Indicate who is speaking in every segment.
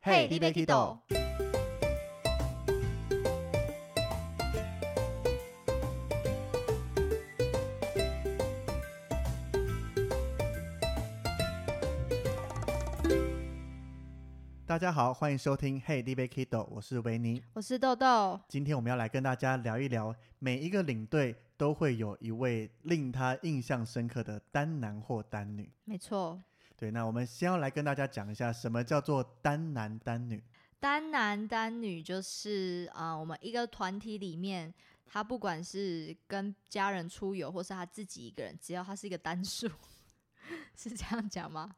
Speaker 1: 嘿你要去倒
Speaker 2: 大家好，欢迎收听 Hey, d b Kido，我是维尼。
Speaker 1: 我是豆豆。
Speaker 2: 今天我们要来跟大家聊一聊，每一个领队都会有一位令他印象深刻的单男或单女。
Speaker 1: 没错，
Speaker 2: 对，那我们先要来跟大家讲一下，什么叫做单男单女。
Speaker 1: 单男单女就是啊、呃我们一个团体里面，他不管是跟家人出游，或是他自己一个人，只要他是一个单数， 是这样讲吗？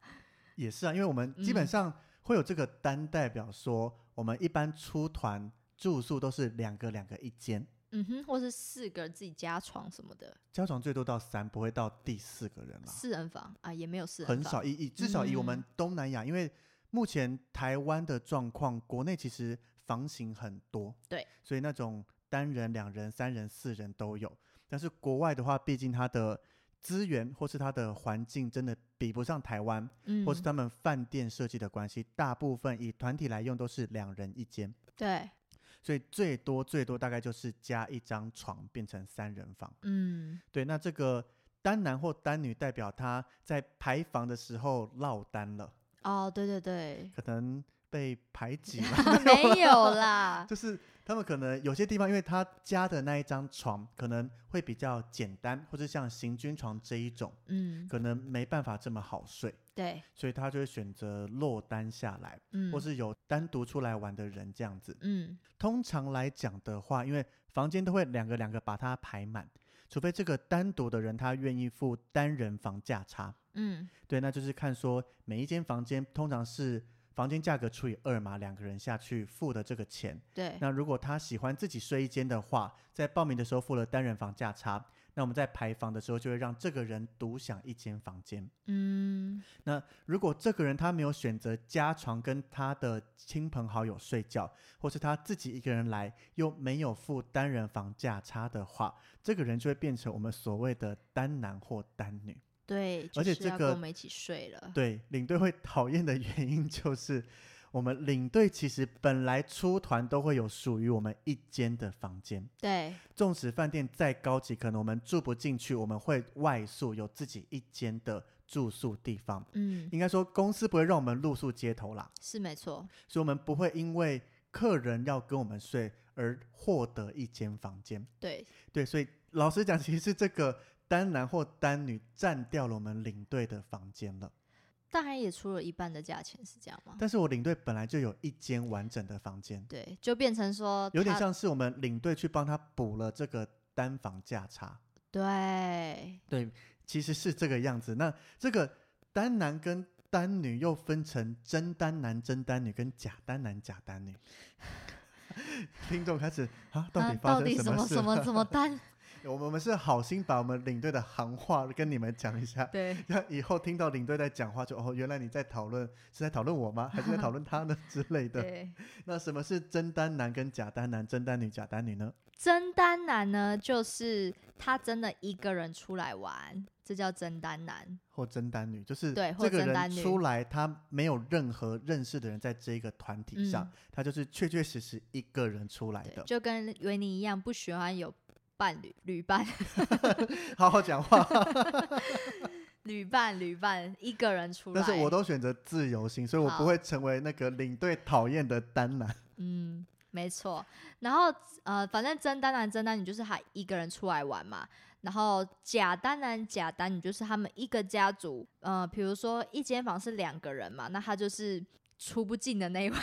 Speaker 2: 也是啊，因为我们基
Speaker 1: 嗯
Speaker 2: 本上会有这个单，代表说我们一般出团住宿都是两个两个一间，
Speaker 1: 嗯哼，或是四个人自己加床什么的，
Speaker 2: 交床最多到三，不会到第四个人啦，
Speaker 1: 四人房啊也没有四人
Speaker 2: 很
Speaker 1: 房，
Speaker 2: 少。以以至少以我们
Speaker 1: 嗯
Speaker 2: 东南亚，因为目前台湾的状况，国内其实房型很多，
Speaker 1: 对，
Speaker 2: 所以那种单人、两人、三人、四人都有。但是国外的话，毕竟它的资源或是它的环境真的比不上台湾，
Speaker 1: 嗯，
Speaker 2: 或是他们饭店设计的关系，大部分以团体来用都是两人一间，
Speaker 1: 对，
Speaker 2: 所以最多最多大概就是加一张床变成三人房。
Speaker 1: 嗯，
Speaker 2: 对，那这个单男或单女代表他在排房的时候落单了，
Speaker 1: 哦，对 对对，
Speaker 2: 可能被排挤
Speaker 1: 啊
Speaker 2: 了，
Speaker 1: 没有啊啦，
Speaker 2: 就是他们可能有些地方，因为他加的那一张床可能会比较简单，或者像行军床这一种，
Speaker 1: 嗯，
Speaker 2: 可能没办法这么好睡，
Speaker 1: 对，
Speaker 2: 所以他就会选择落单下来。
Speaker 1: 嗯，
Speaker 2: 或是有单独出来玩的人这样子。
Speaker 1: 嗯，
Speaker 2: 通常来讲的话，因为房间都会两个两个把它排满，除非这个单独的人他愿意付单人房价差。
Speaker 1: 嗯，
Speaker 2: 对，那就是看说每一间房间通常是房间价格除以二嘛，两个人下去付的这个钱。
Speaker 1: 对，
Speaker 2: 那如果他喜欢自己睡一间的话，在报名的时候付了单人房价差，那我们在排房的时候就会让这个人独享一间房间。
Speaker 1: 嗯，
Speaker 2: 那如果这个人他没有选择加床跟他的亲朋好友睡觉，或是他自己一个人来又没有付单人房价差的话，这个人就会变成我们所谓的单男或单女。
Speaker 1: 对，就
Speaker 2: 而且
Speaker 1: 是
Speaker 2: 这
Speaker 1: 要跟
Speaker 2: 个
Speaker 1: 我们一起睡了，
Speaker 2: 对，领队会讨厌的原因就是，我们领队其实本来出团都会有属于我们一间的房间，
Speaker 1: 对，
Speaker 2: 纵使饭店再高级，可能我们住不进去，我们会外宿，有自己一间的住宿地方。
Speaker 1: 嗯，
Speaker 2: 应该说，公司不会让我们露宿街头啦，
Speaker 1: 是没错，
Speaker 2: 所以我们不会因为客人要跟我们睡而获得一间房间。
Speaker 1: 对，
Speaker 2: 对，所以老实讲，其实是这个单男或单女占掉了我们领队的房间了。
Speaker 1: 大概也出了一半的价钱，是这样吗？
Speaker 2: 但是我领队本来就有一间完整的房间，
Speaker 1: 对，就变成说
Speaker 2: 有点
Speaker 1: 他，
Speaker 2: 像是我们领队去帮他补了这个单房价差。
Speaker 1: 对，
Speaker 2: 对，其实是这个样子。那这个单男跟单女又分成真单男、真单女跟假单男、假单 女。听众开始啊，到
Speaker 1: 那
Speaker 2: 底发
Speaker 1: 到
Speaker 2: 生
Speaker 1: 底什
Speaker 2: 么
Speaker 1: 么
Speaker 2: 事？
Speaker 1: 什么怎 么单？
Speaker 2: 我们我们是好心把我们领队的行话跟你们讲一下，
Speaker 1: 对，
Speaker 2: 让以后听到领队在讲话就哦，原来你在讨论是在讨论我吗？ 还是在讨论他呢之类的？
Speaker 1: 对，
Speaker 2: 那什么是真单男跟假单男、真单女、假单女呢？
Speaker 1: 真单男呢，就是他真的一个人出来玩，这叫真单男。
Speaker 2: 或真单女，就是
Speaker 1: 对或
Speaker 2: 这个
Speaker 1: 真单
Speaker 2: 人
Speaker 1: 女
Speaker 2: 出来，他没有任何认识的人在这一个团体上，
Speaker 1: 嗯
Speaker 2: 他就是确确实实一个人出来
Speaker 1: 对，
Speaker 2: 的。
Speaker 1: 就跟维尼一样，不喜欢有伴侣、旅伴、
Speaker 2: 好好讲话，
Speaker 1: 旅伴、旅伴，一个人出来。
Speaker 2: 但是我都选择自由行，所以我
Speaker 1: 好
Speaker 2: 不会成为那个领队讨厌的单男。
Speaker 1: 嗯，没错。然后呃，反正真单男真单女就是他一个人出来玩嘛，然后假单男假单女就是他们一个家族，呃，比如说一间房是两个人嘛，那他就是出不进的那 一位。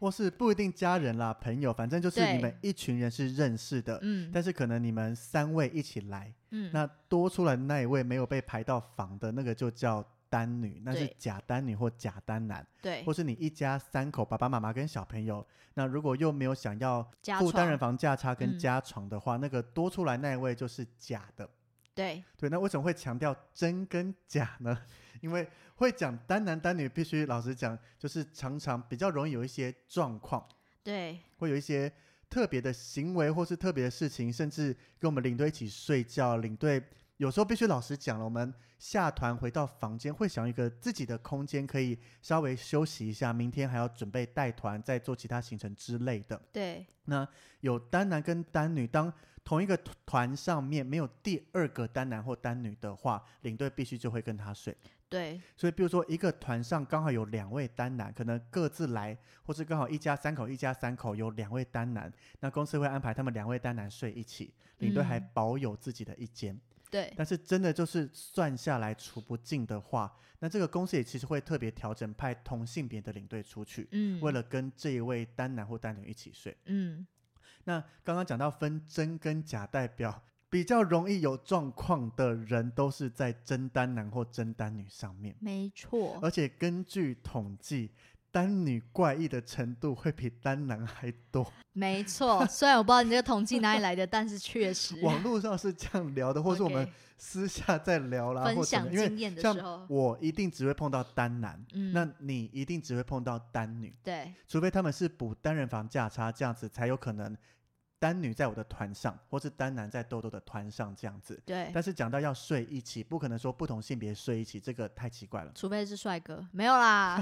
Speaker 2: 或是不一定家人啦、朋友，反正就是
Speaker 1: 对
Speaker 2: 你们一群人是认识的，
Speaker 1: 嗯
Speaker 2: 但是可能你们三位一起来，
Speaker 1: 嗯，
Speaker 2: 那多出来的那一位没有被排到房的那个就叫单女，那是
Speaker 1: 对
Speaker 2: 假单女或假单男。
Speaker 1: 对
Speaker 2: 或，是你一家三口，爸爸妈妈跟小朋友，那如果又没有想要
Speaker 1: 加
Speaker 2: 付
Speaker 1: 床
Speaker 2: 单人房价差跟
Speaker 1: 嗯
Speaker 2: 加床的话，那个多出来那一位就是假的。
Speaker 1: 对
Speaker 2: 对，那为什么会强调真跟假呢？ 因为会讲单男单女，必须老实讲，就是常常比较容易有一些状况，
Speaker 1: 对，
Speaker 2: 会有一些特别的行为或是特别的事情，甚至跟我们领队一起睡觉，领队有时候必须老实讲了，我们下团回到房间会想一个自己的空间，可以稍微休息一下，明天还要准备带团，再做其他行程之类的。
Speaker 1: 对，
Speaker 2: 有单男跟单女，当同一个团上面没有第二个单男或单女的话，领队必须就会跟他睡。
Speaker 1: 对，
Speaker 2: 所以，比如说一个团上刚好有两位单男，可能各自来，或是刚好一家三口、一家三口有两位单男，那公司会安排他们两位单男睡一起，领队还
Speaker 1: 嗯
Speaker 2: 保有自己的一间。
Speaker 1: 对，
Speaker 2: 但是真的就是算下来除不尽的话，那这个公司也其实会特别调整派同性别的领队出去，
Speaker 1: 嗯，
Speaker 2: 为了跟这一位单男或单女一起睡。
Speaker 1: 嗯，
Speaker 2: 那刚刚讲到分真跟假代表，比较容易有状况的人都是在真单男或真单女上面，
Speaker 1: 没错，
Speaker 2: 而且根据统计，单女怪异的程度会比单男还 多。
Speaker 1: 没错。虽然我不知道你这个统计哪里来的，但是确 实，
Speaker 2: 网络上是这样聊的，或是我们
Speaker 1: OK，
Speaker 2: 私下再聊啦，或
Speaker 1: 分
Speaker 2: 什么，
Speaker 1: 享
Speaker 2: 因为
Speaker 1: 经验的
Speaker 2: 像
Speaker 1: 时候，
Speaker 2: 我一定只会碰到单男，
Speaker 1: 嗯，
Speaker 2: 那你一定只会碰到单女，
Speaker 1: 对，
Speaker 2: 除非他们是补单人房价差，这样子才有可能单女在我的团上，或是单男在豆豆的团上这样子。
Speaker 1: 对，
Speaker 2: 但是讲到要睡一起，不可能说不同性别睡一起，这个太奇怪了。
Speaker 1: 除非是帅哥，没有啦，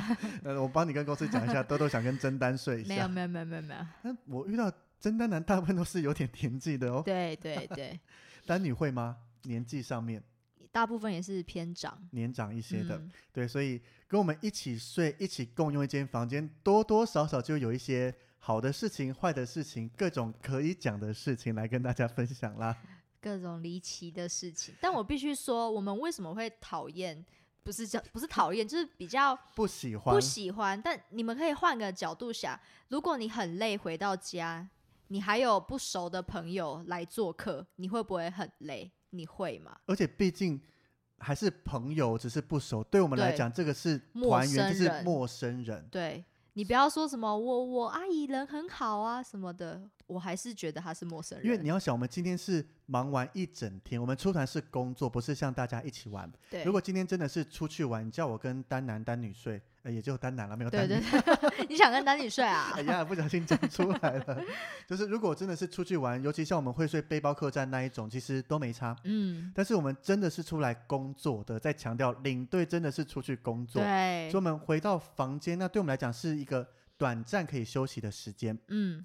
Speaker 2: 呃，我帮你跟公司讲一下，豆豆想跟真丹睡一
Speaker 1: 没有，
Speaker 2: 下。哦
Speaker 1: 没有，没有，没有，没有。
Speaker 2: 那我遇到真丹男大部分都是有点年纪的哦，
Speaker 1: 对，对， 对，
Speaker 2: 单女会吗？年纪上面
Speaker 1: 大部分也是偏长。
Speaker 2: 年长一些的，
Speaker 1: 嗯，
Speaker 2: 对，所以跟我们一起睡、一起共用一间房间，多多少少就有一些好的事情、坏的事情、各种可以讲的事情来跟大家分享 啦。
Speaker 1: 各种离奇的事情。但我必须说，我们为什么会讨厌？不是叫不是讨厌，就是比较
Speaker 2: 不喜欢，
Speaker 1: 不喜欢。但你们可以换个角度想，如果你很累回到家，你还有不熟的朋友来做客，你会不会很累？你会吗？
Speaker 2: 而且毕竟还是朋友，只是不熟。对我们来
Speaker 1: 对
Speaker 2: 讲，这个是
Speaker 1: 陌
Speaker 2: 团员，这
Speaker 1: 生
Speaker 2: 是
Speaker 1: 人
Speaker 2: 陌生人。
Speaker 1: 对你不要说什么我我阿姨人很好啊什么的，我还是觉得他是陌生人。
Speaker 2: 因为你要想，我们今天是忙完一整天，我们出团是工作，不是像大家一起玩。
Speaker 1: 对，
Speaker 2: 如果今天真的是出去玩，你叫我跟单男单女睡，呃，也就单男了，没有单
Speaker 1: 对
Speaker 2: 女。
Speaker 1: 对对， 你想跟男女睡啊？
Speaker 2: 哎呀，不小心讲出来了。 就是如果真的是出去玩，尤其像我们会睡背包客栈那一种，其实都没差。
Speaker 1: 嗯，
Speaker 2: 但是我们真的是出来工作的，在强调领队真的是出去工作，所
Speaker 1: 对
Speaker 2: 以我，们回到房间，那对我们来讲是一个短暂可以休息的时间。
Speaker 1: 嗯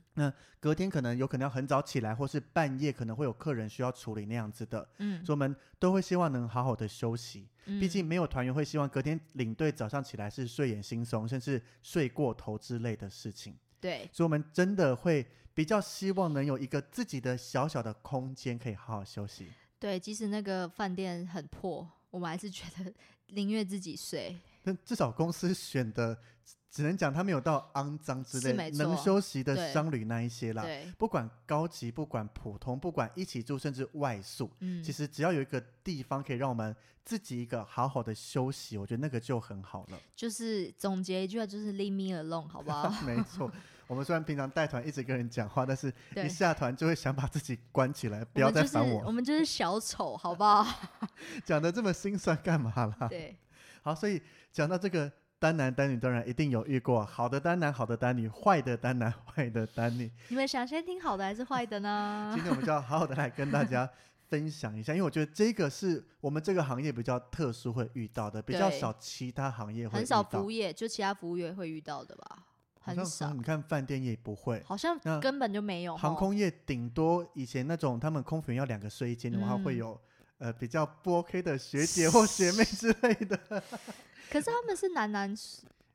Speaker 2: 隔天可能有可能要很早起来，或是半夜可能会有客人需要处理那样子的，
Speaker 1: 嗯
Speaker 2: 所以我们都会希望能好好的休息。
Speaker 1: 嗯，
Speaker 2: 毕竟没有团员会希望隔天领队早上起来是睡眼惺忪，甚至睡过头之类的事情。
Speaker 1: 对
Speaker 2: 所以我们真的会比较希望能有一个自己的小小的空间，可以好好休息。
Speaker 1: 对，即使那个饭店很破，我们还是觉得 宁愿自己睡。
Speaker 2: 但至少公司选的，只能讲他没有到肮脏之
Speaker 1: 是没
Speaker 2: 类，
Speaker 1: 错
Speaker 2: 能休息的
Speaker 1: 对
Speaker 2: 商旅那一些啦。
Speaker 1: 对，
Speaker 2: 不管高级，不管普通，不管一起住，甚至外宿，
Speaker 1: 嗯，
Speaker 2: 其实只要有一个地方可以让我们自己一个好好的休息，我觉得那个就很好了。
Speaker 1: 就是总结一句话，就是 leave me alone，好不好？
Speaker 2: 没错，我们虽然平常带团一直跟人讲话，但是
Speaker 1: 对
Speaker 2: 一下团就会想把自己关起来，不
Speaker 1: 我
Speaker 2: 要
Speaker 1: 们
Speaker 2: 再
Speaker 1: 就是
Speaker 2: 烦我。
Speaker 1: 我们就是小丑，好不好？
Speaker 2: 讲的这么心酸干嘛啦？
Speaker 1: 对，
Speaker 2: 好，所以讲到这个单男单女，当然一定有遇过好的单男、好的单女，坏的单男、坏的单 女。
Speaker 1: 你们想先听好的还是坏的呢
Speaker 2: 今？天我们就要好好的来跟大家分享一下，因为我觉得这个是我们这个行业比较特殊会遇到的，比较
Speaker 1: 对
Speaker 2: 少其他行业会
Speaker 1: 很
Speaker 2: 遇
Speaker 1: 少
Speaker 2: 到。
Speaker 1: 服务业，就其他服务业会遇到的吧，
Speaker 2: 好
Speaker 1: 很
Speaker 2: 像
Speaker 1: 少，
Speaker 2: 你看饭店业也不会。
Speaker 1: 好像
Speaker 2: 那
Speaker 1: 根本就没有
Speaker 2: 航
Speaker 1: 吼。
Speaker 2: 空业顶多以前那种，他们空服员要两个睡一间的话，
Speaker 1: 嗯
Speaker 2: 会有呃比较不 OK 的学姐或学妹之类的，
Speaker 1: 可是他们是 男男，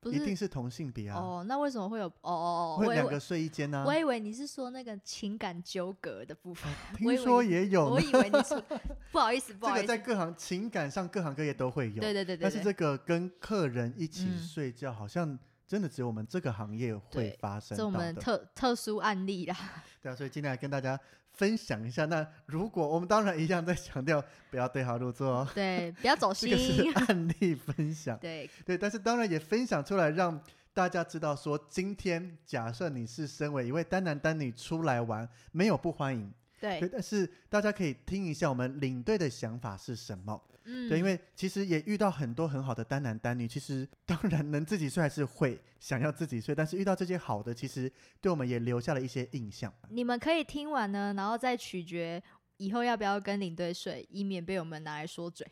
Speaker 1: 不
Speaker 2: 一定
Speaker 1: 是？
Speaker 2: 是同性别啊，
Speaker 1: 哦，那为什么会有？哦哦哦，
Speaker 2: 会
Speaker 1: 我以
Speaker 2: 两
Speaker 1: 为
Speaker 2: 个睡一间啊。
Speaker 1: 我以为你是说那个情感纠葛的部分，我
Speaker 2: 哦听
Speaker 1: 以为
Speaker 2: 说
Speaker 1: 你
Speaker 2: 也 有
Speaker 1: 我
Speaker 2: 呢，
Speaker 1: 以为你说， 不好意思，不
Speaker 2: 这
Speaker 1: 好
Speaker 2: 个
Speaker 1: 意思
Speaker 2: 在，各行情感上各行各业都会有，
Speaker 1: 对对对对，
Speaker 2: 但是
Speaker 1: 对
Speaker 2: 这个跟客人一起
Speaker 1: 嗯
Speaker 2: 睡觉，好像真的只有我们这个行业会
Speaker 1: 对
Speaker 2: 发生
Speaker 1: 这我
Speaker 2: 到
Speaker 1: 们
Speaker 2: 的。
Speaker 1: 特特殊案例啦，
Speaker 2: 对啊，所以今天来跟大家分享一下。那如果我们当然一样在强调不要对号入座 哦，
Speaker 1: 对，不要走
Speaker 2: 这
Speaker 1: 心
Speaker 2: 个，是案例分享。
Speaker 1: 对
Speaker 2: 对，但是当然也分享出来，让大家知道说，今天假设你是身为一位单男单女出来玩，没有不欢迎，对，
Speaker 1: 对，
Speaker 2: 但是大家可以听一下我们领队的想法是什么。
Speaker 1: 嗯，
Speaker 2: 对，因为其实也遇到很多很好的单男单女，其实当然能自己睡还是会想要自己睡，但是遇到这些好的，其实对我们也留下了一些印象。
Speaker 1: 你们可以听完呢，然后再取决以后要不要跟领队睡，以免被我们拿来说嘴。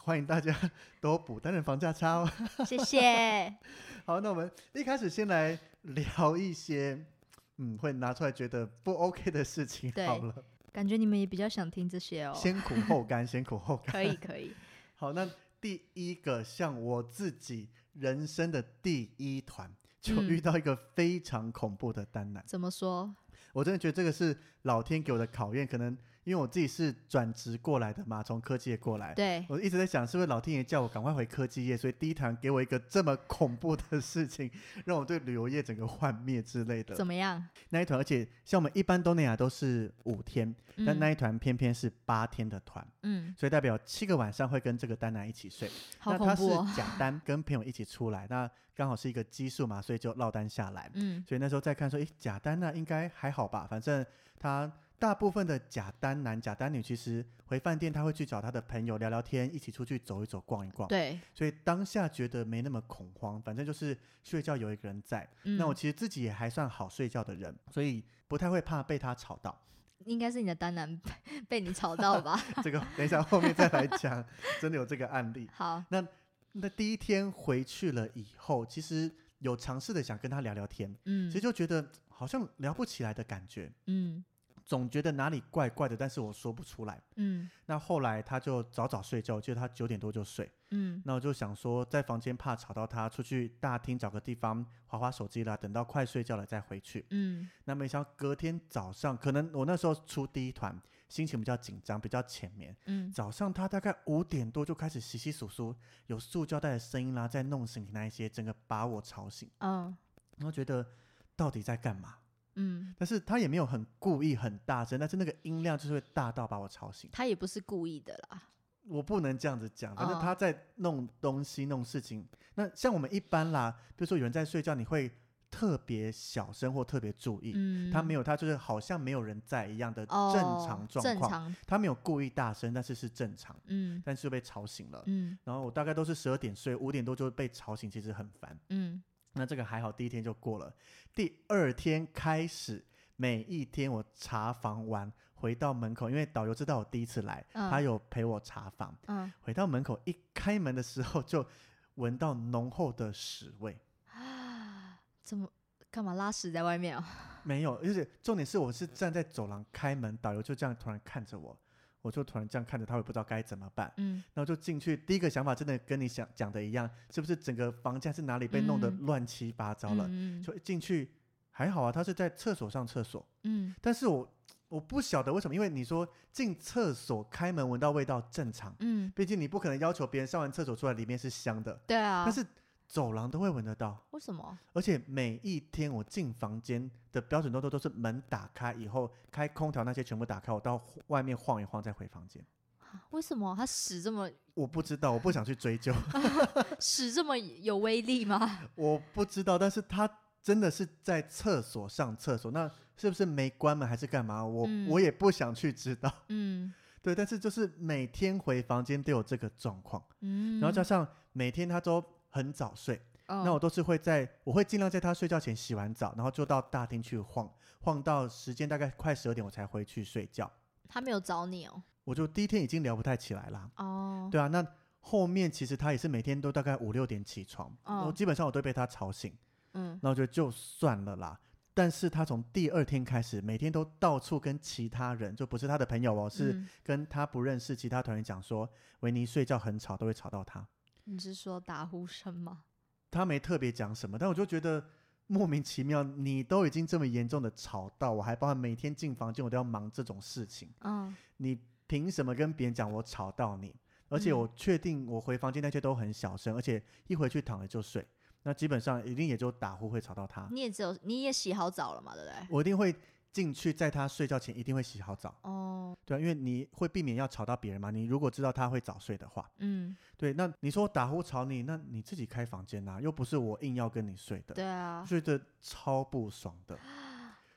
Speaker 2: 欢迎大家 都补单人房价差哦。
Speaker 1: 谢 谢。
Speaker 2: 好，那我们一开始先来聊一些，嗯，会拿出来觉得不 OK 的事情
Speaker 1: 对
Speaker 2: 好了，
Speaker 1: 感觉你们也比较想听这些哦。
Speaker 2: 先苦后甘， 先苦后甘。
Speaker 1: 可以可 以，
Speaker 2: 好，那第一个像我自己人生的第一团，就
Speaker 1: 嗯
Speaker 2: 遇到一个非常恐怖的单男，
Speaker 1: 怎么说？
Speaker 2: 我真的觉得这个是老天给我的考验。可能因为我自己是转职过来的嘛，从科技业过来，
Speaker 1: 对，
Speaker 2: 我一直在想是不是老天爷叫我赶快回科技业，所以第一团给我一个这么恐怖的事情， 让我对旅游业整个幻灭之类的
Speaker 1: 怎。么样？
Speaker 2: 那一团，而且像我们一般东南亚都是五天，但那
Speaker 1: 嗯
Speaker 2: 一团偏偏是八天的团，
Speaker 1: 嗯，
Speaker 2: 所以代表七个晚上会跟这个单男一起睡。
Speaker 1: 好
Speaker 2: 那他
Speaker 1: 恐
Speaker 2: 是
Speaker 1: 怖哦。
Speaker 2: 假单跟朋友一起出来，那刚好是一个奇数嘛，所以就落单下来。
Speaker 1: 嗯
Speaker 2: 所以那时候再看说，诶，假单那应该还好吧，反正他大部分的假单男、假单女，其实回饭店他会去找他的朋友聊聊天，一起出去走一走、逛一逛。
Speaker 1: 对，
Speaker 2: 所以当下觉得没那么恐慌，反正就是睡觉有一个人在。
Speaker 1: 嗯，
Speaker 2: 那我其实自己也还算好睡觉的人，所以不太会怕被他吵到。
Speaker 1: 应该是你的单男 被你吵到吧？
Speaker 2: 这个等一下后面再来讲，真的有这个案例。
Speaker 1: 好，
Speaker 2: 那第一天回去了以后，其实有尝试的想跟他聊聊天，
Speaker 1: 嗯
Speaker 2: 其实就觉得好像聊不起来的感觉，
Speaker 1: 嗯
Speaker 2: 总觉得哪里怪怪的，但是我说不出来。
Speaker 1: 嗯
Speaker 2: 那后来他就早早睡觉，我记得他九点多就睡。
Speaker 1: 嗯
Speaker 2: 那我就想说，在房间怕吵到他，出去大厅找个地方划划手机啦，等到快睡觉了再回去。
Speaker 1: 嗯
Speaker 2: 那没想到隔天早上，可能我那时候出第一团，心情比较紧张，比较浅眠，
Speaker 1: 嗯，
Speaker 2: 早上他大概五点多就开始洗洗簌簌，有塑胶袋的声音啦，在弄醒那一些，整个把我吵醒，
Speaker 1: 哦，
Speaker 2: 然后觉得到底在干嘛？
Speaker 1: 嗯，
Speaker 2: 但是他也没有很故意很大声，但是那个音量就是会大到把我吵醒。
Speaker 1: 他也不是故意的啦。
Speaker 2: 我不能这样子讲，反正
Speaker 1: 哦
Speaker 2: 他在弄东西、弄事情。那像我们一般啦，比如说有人在睡觉，你会特别小声或特别注意。
Speaker 1: 嗯，
Speaker 2: 他没
Speaker 1: 有
Speaker 2: 有，他就是好像没有人在一样的
Speaker 1: 哦，
Speaker 2: 正常状
Speaker 1: 正
Speaker 2: 况。
Speaker 1: 常，
Speaker 2: 他没有故意大声，但是是正常，
Speaker 1: 嗯
Speaker 2: 但是就被吵醒了。
Speaker 1: 嗯
Speaker 2: 然后我大概都是十二点睡，五点多就被吵醒，其实很烦。
Speaker 1: 嗯，
Speaker 2: 那这个还好，第一天就过了。第二天开始，每一天我查房完回到门口，因为导游知道我第一次来，
Speaker 1: 嗯
Speaker 2: 他有陪我查房。
Speaker 1: 嗯，
Speaker 2: 回到门口一开门的时候，就闻到浓厚的屎味。
Speaker 1: 啊，怎么干嘛拉屎在外面哦？
Speaker 2: 没有，而且重点是我是站在走廊开门，导游就这样突然看着我，我就突然这样看着他，我也不知道该怎么办。
Speaker 1: 嗯
Speaker 2: 然后就进去，第一个想法真的跟你想讲的一样，是不是整个房间是哪里被弄得
Speaker 1: 嗯
Speaker 2: 乱七八糟了？
Speaker 1: 嗯
Speaker 2: 就一进去还好啊，他是在厕所上厕所，
Speaker 1: 嗯
Speaker 2: 但是我我不晓得为什么，因为你说进厕所开门闻到味道正常，
Speaker 1: 嗯，
Speaker 2: 毕竟你不可能要求别人上完厕所出来里面是香的，
Speaker 1: 对啊，
Speaker 2: 但是走廊都会闻得到，
Speaker 1: 为什么？
Speaker 2: 而且每一天我进房间的标准动作都是门打开以后开空调那些全部打开，我到外面晃一晃再回房间。
Speaker 1: 为什么他屎这么
Speaker 2: 我不知道，我不想去追究。
Speaker 1: 屎这么有威力吗？
Speaker 2: 我不知道，但是他真的是在厕所上厕所，那是不是没关门还是干嘛？我、
Speaker 1: 嗯
Speaker 2: 我也不想去知道。
Speaker 1: 嗯
Speaker 2: 对，但是就是每天回房间都有这个状况，
Speaker 1: 嗯，
Speaker 2: 然后加上每天他都很早睡，
Speaker 1: 哦
Speaker 2: 那我都是会在，我会尽量在他睡觉前洗完澡，然后就到大厅去晃，晃到时间大概快十二点我才回去睡觉。
Speaker 1: 他没有找你哦，
Speaker 2: 我就第一天已经聊不太起来啦，
Speaker 1: 哦，
Speaker 2: 对啊，那后面其实他也是每天都大概五六点起床，
Speaker 1: 哦
Speaker 2: 我基本上我都被他吵醒。
Speaker 1: 嗯
Speaker 2: 然后就就算了啦。但是他从第二天开始，每天都到处跟其他人，就不是他的朋友哦，是
Speaker 1: 嗯
Speaker 2: 跟他不认识其他团员讲说，维尼睡觉很吵，都会吵到他。
Speaker 1: 你是说打呼声吗？
Speaker 2: 他没特别讲什么，但我就觉得莫名其妙，你都已经这么严重的吵到我，还包含每天进房间我都要忙这种事情，
Speaker 1: 嗯
Speaker 2: 你凭什么跟别人讲我吵到你？而且
Speaker 1: 嗯
Speaker 2: 我确定我回房间那些都很小声，而且一回去躺了就睡，那基本上一定也就打呼会吵到他。
Speaker 1: 你也只有你也洗好澡了嘛，对不对？
Speaker 2: 我一定会进去，在他睡觉前一定会洗好澡，
Speaker 1: 哦，
Speaker 2: 对、啊，因为你会避免要吵到别人嘛。你如果知道他会早睡的话，
Speaker 1: 嗯，
Speaker 2: 对，那你说打呼吵你，那你自己开房间呐、又不是我硬要跟你睡的，
Speaker 1: 对啊，
Speaker 2: 觉得超不爽 的。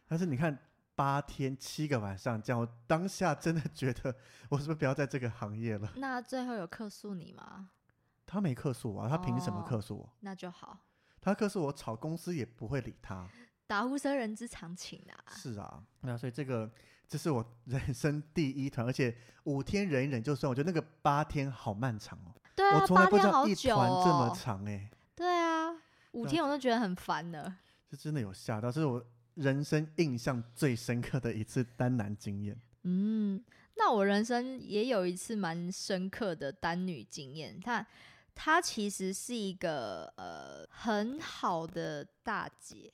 Speaker 2: 但是你看八天七个晚上这样，我当下真的觉得我是不是不要在这个行业了？
Speaker 1: 那最后有客诉你吗？
Speaker 2: 他没克诉我啊，他凭什么
Speaker 1: 哦
Speaker 2: 克诉我？
Speaker 1: 那就好。
Speaker 2: 他克诉我吵公司也不会理他，
Speaker 1: 打呼声人之常情啊。
Speaker 2: 是啊，那所以这个这是我人生第一团，而且五天忍一忍就算，我觉得那个八天好漫长哦，
Speaker 1: 对啊
Speaker 2: 我，从来
Speaker 1: 八
Speaker 2: 不知
Speaker 1: 天
Speaker 2: 道
Speaker 1: 好
Speaker 2: 一
Speaker 1: 久
Speaker 2: 团这么
Speaker 1: 哦。
Speaker 2: 长哎、
Speaker 1: 对啊，五
Speaker 2: 对啊
Speaker 1: 天我都觉得很烦了。
Speaker 2: 这真的有吓到，这是我人生印象最深刻的一次单男经验。
Speaker 1: 嗯，那我人生也有一次蛮深刻的单女经验。她她其实是一个呃很好的大姐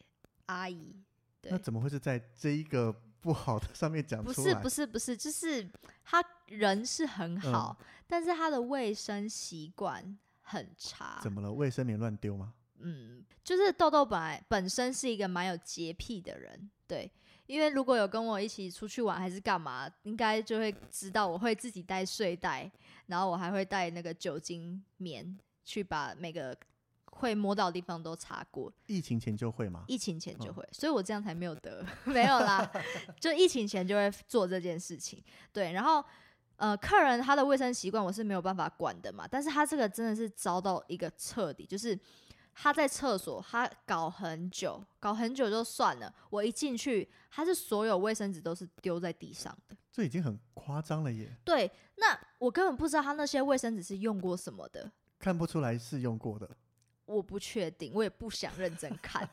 Speaker 1: 阿姨，对
Speaker 2: 那，怎么会是在这一个不好的上面讲
Speaker 1: 不
Speaker 2: 出
Speaker 1: 是
Speaker 2: 来？嗯
Speaker 1: 不是不是，就是她人是很好，但是她的卫生习惯很差。
Speaker 2: 怎么了？卫生棉乱丢吗？
Speaker 1: 嗯，就是豆豆本来本身是一个蛮有洁癖的人，对，因为如果有跟我一起出去玩还是干嘛，应该就会知道我会自己带睡袋，然后我还会带那个酒精棉去把每个会摸到的地方都擦过。
Speaker 2: 疫情前就会吗？
Speaker 1: 疫情前就
Speaker 2: 嗯
Speaker 1: 会，所以我这样才没有得， 没有啦，就疫情前就会做这件事情。对，然后呃，客人他的卫生习惯我是没有办法管的嘛，但是他这个真的是遭到一个彻底，就是他在厕所他搞很久，搞很久就算了，我一进去，他是所有卫生纸都是丢在地上的。
Speaker 2: 这已经很夸张了耶，
Speaker 1: 对，那我根本不知道他那些卫生纸是用过什么的，
Speaker 2: 看不出来是用过的，
Speaker 1: 我不确定，我也不想认真看，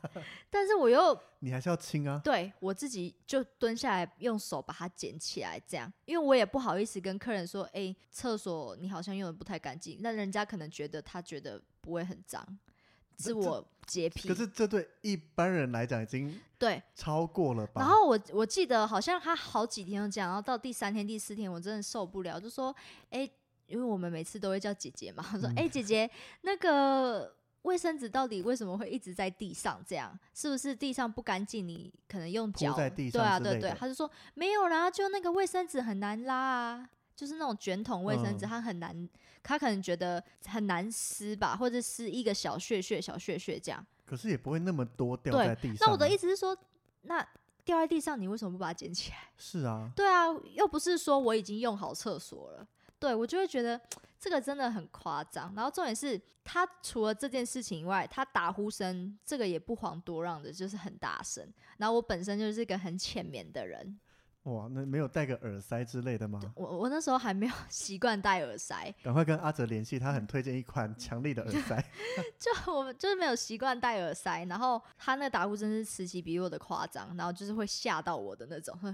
Speaker 1: 但是我又
Speaker 2: 你还是要亲啊。
Speaker 1: 对我自己就蹲下来，用手把它捡起来，这样，因为我也不好意思跟客人说，哎、厕所你好像用的不太干净，那人家可能觉得他觉得不会很脏，
Speaker 2: 呃这
Speaker 1: 是我洁癖
Speaker 2: 可。是这对一般人来讲已经
Speaker 1: 对，
Speaker 2: 超过了吧？
Speaker 1: 然后我我记得好像他好几天都这样，然后到第三天、第四天，我真的受不了，就说，哎、因为我们每次都会叫姐姐嘛，我说，
Speaker 2: 嗯
Speaker 1: 哎、姐姐，那个。卫生纸到底为什么会一直在地上？这样是不是地上不干净？你可能用
Speaker 2: 铺
Speaker 1: 脚
Speaker 2: 在地
Speaker 1: 对啊，
Speaker 2: 上之
Speaker 1: 对
Speaker 2: 类
Speaker 1: 对
Speaker 2: 的，
Speaker 1: 他就说没有啦，就那个卫生纸很难拉啊，就是那种卷筒卫生纸，
Speaker 2: 嗯
Speaker 1: 它很难，他可能觉得很难撕吧，或者撕一个小屑屑、小屑屑这样。
Speaker 2: 可是也不会那么多掉
Speaker 1: 对
Speaker 2: 在地上啊。
Speaker 1: 那我的意思是说，那掉在地上，你为什么不把它捡起来？
Speaker 2: 是啊，
Speaker 1: 对啊，又不是说我已经用好厕所了。对我就会觉得这个真的很夸张。然后重点是他除了这件事情以外，他打呼声这个也不遑多让的，就是很大声。然后我本身就是一个很浅眠的人，
Speaker 2: 哇，那没有戴个耳塞之类的吗？
Speaker 1: 我我那时候还没有 习惯戴耳塞，
Speaker 2: 赶快跟阿哲联系，他很推荐一款强力的耳 塞。
Speaker 1: 就我们就是没有习惯戴耳塞，然后他那个打呼声是此起彼落的夸张，然后就是会吓到我的那种， 会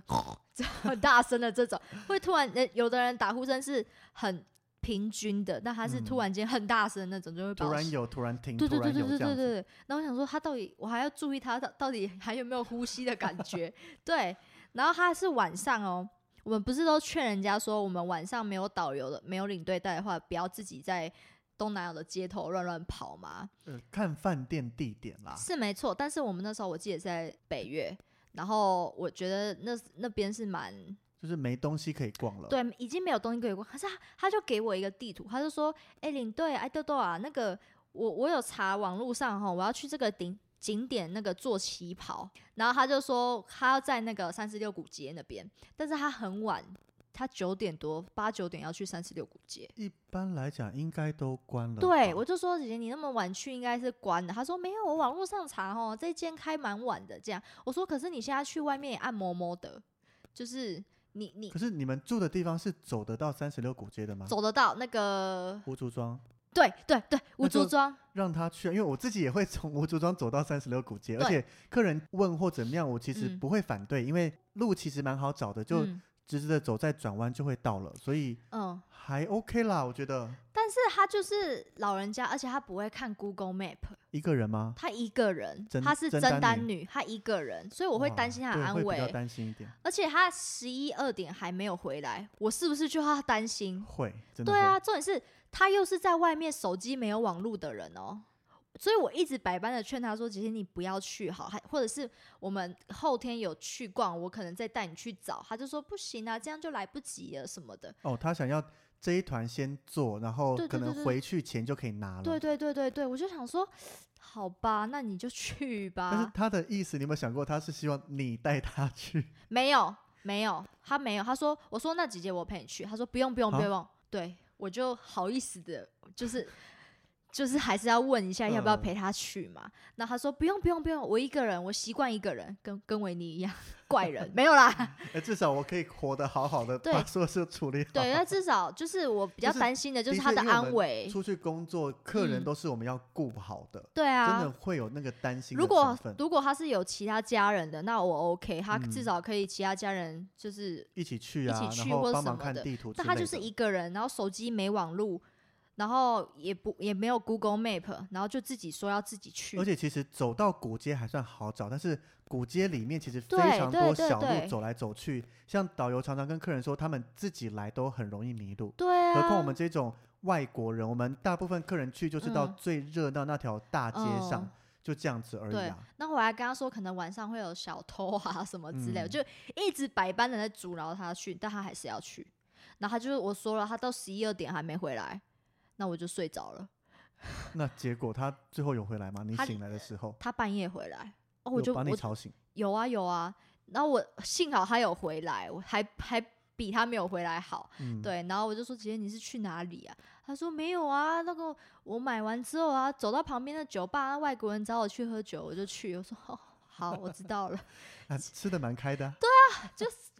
Speaker 1: 这样很大声的这种，会突然呃有的人打呼声是很平均的，但他是
Speaker 2: 嗯
Speaker 1: 突然间很大声那种，就会把
Speaker 2: 突
Speaker 1: 我
Speaker 2: 然
Speaker 1: 吓。
Speaker 2: 有，突然停，
Speaker 1: 对
Speaker 2: 突
Speaker 1: 对对
Speaker 2: 然
Speaker 1: 对
Speaker 2: 有
Speaker 1: 对
Speaker 2: 这
Speaker 1: 对
Speaker 2: 样子。
Speaker 1: 对，然后我想说他到底，我还要注意他到到底还有没有呼吸的感觉， 对，然后他是晚上哦，我们不是都劝人家说，我们晚上没有导游的、没有领队带的话，不要自己在东南亚的街头乱乱跑嘛，
Speaker 2: 呃看饭店地点啦，
Speaker 1: 是没错，但是我们那时候我记得是在北越，然后我觉得那那边是蛮
Speaker 2: 就是没东西可以逛了。，
Speaker 1: 对，已经没有东西可以逛。可是他他就给我一个地图，他就说：“哎、领队，哎豆豆啊，那个我我有查网络上哈，我要去这个顶景点那个做旗袍。”然后他就说他要在那个三十六古街那边，但是他很晚，他九点多八九点要去三十六古街。
Speaker 2: 一般来讲应该都关了吧。
Speaker 1: 对，我就说姐姐，你那么晚去应该是关的。她说没有，我网络上查哦，这间开蛮晚的。这样，我说可是你现在去外面也按摩摩的，就是你你
Speaker 2: 可是你们住的地方是走得到三十六古街的吗？
Speaker 1: 走得到那个，
Speaker 2: 吴竹庄，
Speaker 1: 对对对，
Speaker 2: 那
Speaker 1: 吴
Speaker 2: 就
Speaker 1: 竹庄，
Speaker 2: 让他去啊，因为我自己也会从吴竹庄走到三十六古街，
Speaker 1: 对
Speaker 2: 而且客人问或怎么样，我其实
Speaker 1: 嗯
Speaker 2: 不会反对，因为路其实蛮好找的，就
Speaker 1: 嗯
Speaker 2: 直直的走，再转弯就会到了，所以
Speaker 1: 嗯，
Speaker 2: 还 OK 啦，我觉得。
Speaker 1: 但是他就是老人家，而且他不会看 Google Map，
Speaker 2: 一个人吗？
Speaker 1: 他一个人
Speaker 2: 真，
Speaker 1: 他是
Speaker 2: 真
Speaker 1: 真
Speaker 2: 单
Speaker 1: 单
Speaker 2: 女
Speaker 1: 女，他一个人，所以我会
Speaker 2: 哇
Speaker 1: 担心他的
Speaker 2: 对
Speaker 1: 安
Speaker 2: 会比较
Speaker 1: 危，
Speaker 2: 担心一点，
Speaker 1: 而且他十一二点还没有回来，我是不是就要担心？
Speaker 2: 会真的
Speaker 1: 对啊，
Speaker 2: 会，
Speaker 1: 重点是他又是在外面手机没有网络的人哦，所以我一直百般的劝他说，姐姐你不要去好，还或者是我们后天有去逛，我可能再带你去找。他就说不行啊，这样就来不及了什么的。
Speaker 2: 哦，他想要这一团先做，然后
Speaker 1: 对对
Speaker 2: 可
Speaker 1: 对
Speaker 2: 能
Speaker 1: 对
Speaker 2: 回去前就可以拿了。
Speaker 1: 对对对对对，我就想说， 好吧，那你就去
Speaker 2: 但是
Speaker 1: 吧。
Speaker 2: 他的意思，你有没有想过，他是希望你带他去？
Speaker 1: 没有没有，他没有，他说我说那姐姐我陪你去，他说不用不用
Speaker 2: 啊
Speaker 1: 不用，对我就好意思的，就是 就是还是要问一下要不要
Speaker 2: 嗯
Speaker 1: 陪他去嘛。那、他说不用不用不用，我一个人，我习惯一个人，跟跟维尼 一样，怪人没有啦。
Speaker 2: 哎，至少我可以活得好好的，
Speaker 1: 对
Speaker 2: 把所有事处理好。
Speaker 1: 对，那至少就是我比较
Speaker 2: 就是
Speaker 1: 担心的就是
Speaker 2: 的
Speaker 1: 他
Speaker 2: 确
Speaker 1: 的
Speaker 2: 因为我
Speaker 1: 安
Speaker 2: 们
Speaker 1: 危。
Speaker 2: 出去工作，客人
Speaker 1: 嗯
Speaker 2: 都是我们要顾好的，
Speaker 1: 对啊，
Speaker 2: 真的会有那个担心的
Speaker 1: 如果
Speaker 2: 成分。
Speaker 1: 如果他是有其他家人的，那我 OK，他
Speaker 2: 嗯
Speaker 1: 至少可以其他家人就是，
Speaker 2: 一起去啊，
Speaker 1: 一起去
Speaker 2: 然
Speaker 1: 或
Speaker 2: 后
Speaker 1: 者
Speaker 2: 帮
Speaker 1: 什
Speaker 2: 忙
Speaker 1: 么
Speaker 2: 看
Speaker 1: 的
Speaker 2: 地图之
Speaker 1: 那
Speaker 2: 类的。
Speaker 1: 他就是一个人，然后手机没网路，然后也不也没有 Google Map，然后就自己说要自己去
Speaker 2: 而，且其实走到古街还算好找，但是古街里面其实非
Speaker 1: 对
Speaker 2: 常
Speaker 1: 对
Speaker 2: 多
Speaker 1: 对
Speaker 2: 小路
Speaker 1: 对
Speaker 2: 走来走去，像导游常常跟客人说，他们自己来都很容易迷路，
Speaker 1: 对啊，
Speaker 2: 何况我们这种外国人，我们大部分客人去就是到
Speaker 1: 嗯
Speaker 2: 最热闹那条大街上，
Speaker 1: 嗯
Speaker 2: 就这样子而已
Speaker 1: 对
Speaker 2: 啊。，
Speaker 1: 那我还跟他说，可能晚上会有小偷啊什么之类的，
Speaker 2: 嗯
Speaker 1: 就一直百般的在阻挠他去，但他还是要去。然后他就是我说了，他到十一二点还没回来，那我就睡着了。
Speaker 2: 那结果他最后有回来吗？你
Speaker 1: 他
Speaker 2: 醒来的时候，
Speaker 1: 他半夜回来，哦，我
Speaker 2: 有
Speaker 1: 就
Speaker 2: 把你
Speaker 1: 我
Speaker 2: 吵 醒，
Speaker 1: 有啊有啊，然后我幸好他有回来，我还还比他没有回来好。
Speaker 2: 嗯，，
Speaker 1: 对，然后我就说姐姐你是去哪里啊？他说没有啊，那个我买完之后啊，走到旁边的酒吧，外国人找我去喝酒，我就去。我说哦，好，我知道了。
Speaker 2: 啊、吃的蛮开的啊、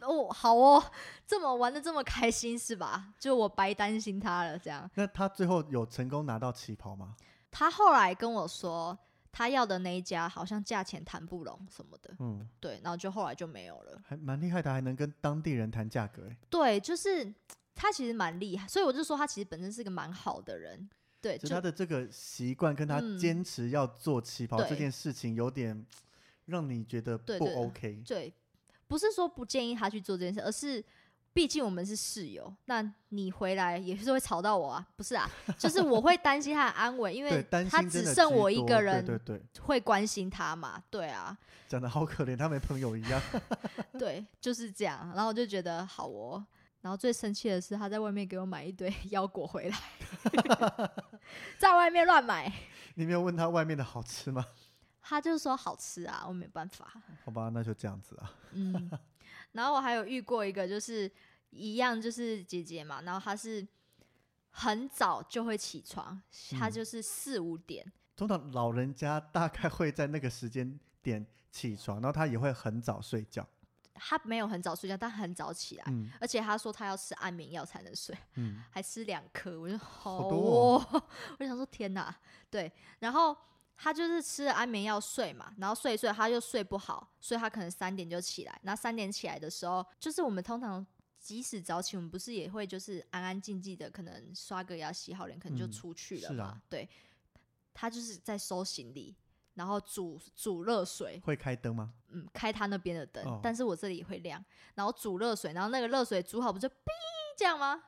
Speaker 1: 哦，好哦，这么玩的这么开心是吧？就我白担心他了，这样。
Speaker 2: 那他最后有成功拿到旗袍吗？
Speaker 1: 他后来跟我说，他要的那一家好像价钱谈不拢什么的，
Speaker 2: 嗯，
Speaker 1: 对，然后就后来就没有了。
Speaker 2: 还蛮厉害的，还能跟当地人谈价格、欸，
Speaker 1: 对，就是他其实蛮厉害，所以我就说他其实本身是个蛮好的人，对，
Speaker 2: 就他
Speaker 1: 就
Speaker 2: 的这个习惯跟他
Speaker 1: 嗯
Speaker 2: 坚持要做旗袍这
Speaker 1: 对
Speaker 2: 件事情，有点让你觉得
Speaker 1: 对
Speaker 2: 不
Speaker 1: 对
Speaker 2: OK。
Speaker 1: 对，不是说不建议他去做这件事，而是。毕竟我们是室友，那你回来也是会吵到我啊，不是啊？就是我会担心他的安危，因
Speaker 2: 对，
Speaker 1: 为
Speaker 2: 担
Speaker 1: 他
Speaker 2: 心真
Speaker 1: 只
Speaker 2: 的
Speaker 1: 剩
Speaker 2: 居
Speaker 1: 我一
Speaker 2: 多
Speaker 1: 个人
Speaker 2: 对对对，
Speaker 1: 会关心他嘛，对啊。
Speaker 2: 讲的好可怜，他没朋友一 样。
Speaker 1: 对，就是这样。然后我就觉得好哦。然后最生气的是，他在外面给我买一堆 腰果回来， 在外面乱买。
Speaker 2: 你没有问他外面的好吃吗？
Speaker 1: 他就说好吃啊，我没办法。
Speaker 2: 好吧，那就这样子啊。
Speaker 1: 嗯，然后我还有遇过一个，就是一样，就是姐姐嘛，然后她是很早就会起床，她
Speaker 2: 嗯
Speaker 1: 就是四五点，
Speaker 2: 通常老人家大概会在那个时间点起床，然后他也会很早睡觉。
Speaker 1: 她没有很早睡觉，但很早起来，
Speaker 2: 嗯
Speaker 1: 而且她说她要吃安眠药才能睡。
Speaker 2: 嗯，
Speaker 1: 还吃两颗，我就好哦，
Speaker 2: 多
Speaker 1: 我想说天哪，对，然后他就是吃了安眠药睡嘛，然后睡一睡他又睡不好，所以他可能三点就起来，然后三点起来的时候，就是我们通常。即使早起，我们不是也会就是安安静静的，可能刷个牙、洗好脸，可能就
Speaker 2: 嗯
Speaker 1: 出去了
Speaker 2: 是
Speaker 1: 嘛。
Speaker 2: 啊
Speaker 1: 对，他就是在收行李，然后煮煮热水，
Speaker 2: 会开灯吗？
Speaker 1: 嗯，开他那边的灯，
Speaker 2: 哦
Speaker 1: 但是我这里也会亮，然后煮热水，然后那个热水煮好不就 哔这样吗？
Speaker 2: 为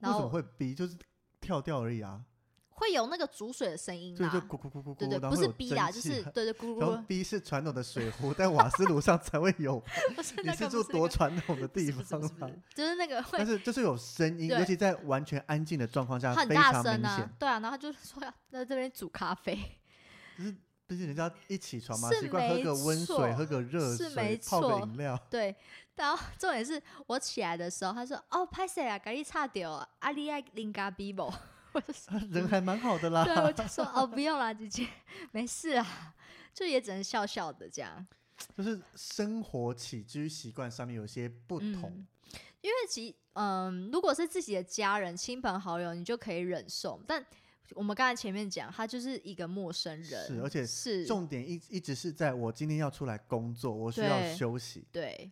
Speaker 1: 然
Speaker 2: 什么
Speaker 1: 后
Speaker 2: 会逼？就是跳掉而已啊，
Speaker 1: 会有那个煮水的声音
Speaker 2: 所以
Speaker 1: 啦
Speaker 2: 就，咕咕咕咕咕，
Speaker 1: 嗯啊对对，
Speaker 2: 然后
Speaker 1: 不
Speaker 2: 会
Speaker 1: 是
Speaker 2: 有
Speaker 1: 逼
Speaker 2: 蒸
Speaker 1: 啦，就
Speaker 2: 汽
Speaker 1: 是
Speaker 2: 啊
Speaker 1: 对 对咕噜
Speaker 2: 然后
Speaker 1: 噜，
Speaker 2: 逼是传统的水壶，但瓦斯炉上才会有。
Speaker 1: 不是
Speaker 2: 你
Speaker 1: 那
Speaker 2: 是
Speaker 1: 个
Speaker 2: 住
Speaker 1: 不
Speaker 2: 多
Speaker 1: 那个
Speaker 2: 传统的
Speaker 1: 不
Speaker 2: 地
Speaker 1: 是不是
Speaker 2: 方
Speaker 1: 不是不
Speaker 2: 吗？
Speaker 1: 是， 就是那个会
Speaker 2: 但是就是有声音，
Speaker 1: 对
Speaker 2: 尤其在完全安静的状况下，
Speaker 1: 很
Speaker 2: 非
Speaker 1: 大
Speaker 2: 常明
Speaker 1: 声
Speaker 2: 显
Speaker 1: 啊。，对啊，然后他就说要在这边煮咖啡，
Speaker 2: 毕竟人家一起床嘛，
Speaker 1: 是
Speaker 2: 习惯喝
Speaker 1: 没
Speaker 2: 个温水，
Speaker 1: 错
Speaker 2: 喝个热
Speaker 1: 是没
Speaker 2: 水，泡个
Speaker 1: 错
Speaker 2: 饮料。
Speaker 1: 对，然后重点是我起来的时候，他说哦，拍谁啊，咖喱差掉啊，阿丽爱林咖比不， 我就说
Speaker 2: 啊人还蛮好的啦
Speaker 1: 对，，我就说哦，不用啦，姐姐，没事啦，就也只能笑笑的这样。
Speaker 2: 就是生活起居习惯上面有些不同
Speaker 1: 嗯。因为其嗯，如果是自己的家人、亲朋好友，你就可以忍受。但我们刚才前面讲，他就是一个陌生人，
Speaker 2: 是而且
Speaker 1: 是
Speaker 2: 重点一一直是在我今天要出来工作，我需要
Speaker 1: 对
Speaker 2: 休息。
Speaker 1: 对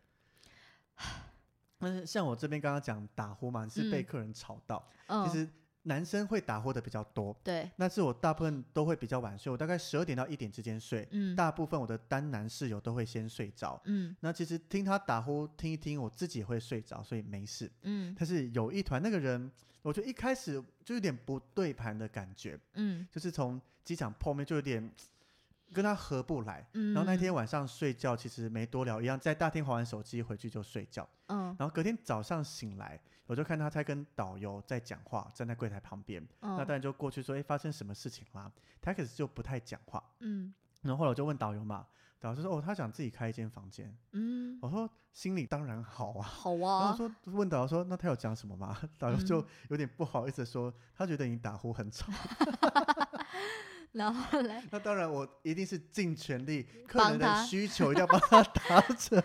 Speaker 2: 但是像我这边刚刚讲打呼嘛，你是被
Speaker 1: 嗯
Speaker 2: 客人吵到，
Speaker 1: 嗯，
Speaker 2: 其实男生会打呼的比较多。
Speaker 1: 对，
Speaker 2: 但是我大部分都会比较晚睡，我大概十二点到一点之间睡，
Speaker 1: 嗯
Speaker 2: 大部分我的单男室友都会先睡着。
Speaker 1: 嗯
Speaker 2: 那其实听他打呼听一听，我自己也会睡着，所以没事。
Speaker 1: 嗯
Speaker 2: 但是有一团那个人，我觉得一开始就有点不对盘的感觉，
Speaker 1: 嗯
Speaker 2: 就是从机场碰面就有点跟他合不来。
Speaker 1: 嗯。
Speaker 2: 然后那天晚上睡觉其实没多聊，一样在大厅划完手机回去就睡觉。
Speaker 1: 嗯，
Speaker 2: 然后隔天早上醒来，我就看他在跟导游在讲话，站在柜台旁边。
Speaker 1: 嗯
Speaker 2: 那当然就过去说，哎，发生什么事情啦？他开始就不太讲话。
Speaker 1: 嗯
Speaker 2: 然后后来我就问导游嘛，导游就说，哦，他想自己开一间房间。
Speaker 1: 嗯，
Speaker 2: 我说心里当然好啊。
Speaker 1: 好
Speaker 2: 然
Speaker 1: 啊
Speaker 2: 后，说问导游说，那他有讲什么吗？导游就
Speaker 1: 嗯
Speaker 2: 有点不好意思地说，他觉得你打呼很吵。
Speaker 1: 然后后 来
Speaker 2: 那当然，我一定是尽全力，客
Speaker 1: 帮
Speaker 2: 人的
Speaker 1: 他
Speaker 2: 需求一定要帮他达 成。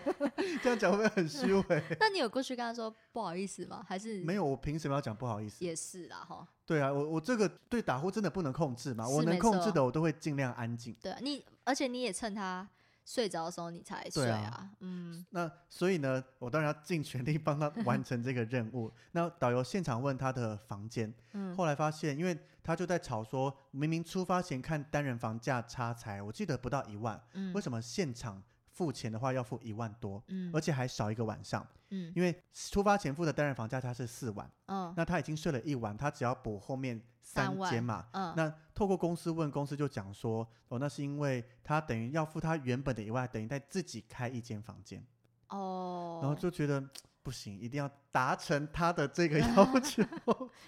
Speaker 2: 这样讲会不会很虚伪？
Speaker 1: 那你有过去跟他说不好意思吗？还 是
Speaker 2: 没有，我凭什么要讲不好意思？
Speaker 1: 也是啦哈？
Speaker 2: 对啊，我我这个对打呼真的不能控制嘛，我
Speaker 1: 是
Speaker 2: 能
Speaker 1: 没
Speaker 2: 控制
Speaker 1: 错
Speaker 2: 的我都会尽量安静。
Speaker 1: 对啊，你而且你也趁他睡着的时候你才
Speaker 2: 对
Speaker 1: 睡
Speaker 2: 啊
Speaker 1: 嗯，
Speaker 2: 那所以呢，我当然要尽全力帮他完成这个任务。那导游现场问他的房间，
Speaker 1: 嗯
Speaker 2: 后来发现，因为他就在吵说，明明出发前看单人房价差才，我记得不到一万，
Speaker 1: 嗯
Speaker 2: 为什么现场付钱的话要付一万多，
Speaker 1: 嗯
Speaker 2: 而且还少一个晚上？
Speaker 1: 嗯
Speaker 2: 因为出发前付的单人房价差是四万，
Speaker 1: 嗯
Speaker 2: 那他已经睡了一晚，他只要补后面三
Speaker 1: 三万
Speaker 2: 间嘛。
Speaker 1: 嗯，
Speaker 2: 那透过公司问公司就讲说，哦，那是因为他等于要付他原本的以外，等于再自己开一间房间。
Speaker 1: 哦，
Speaker 2: 然后就觉得不行，一定要达成他的这 个要求。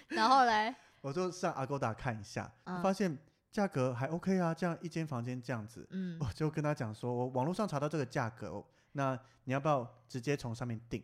Speaker 1: 然后嘞，
Speaker 2: 我就上 Agoda 看一下，
Speaker 1: 嗯
Speaker 2: 发现价格还 OK 啊，这样一间房间这样子，
Speaker 1: 嗯
Speaker 2: 我就跟他讲说，我网络上查到这个价格，那你要不要直接从上面订？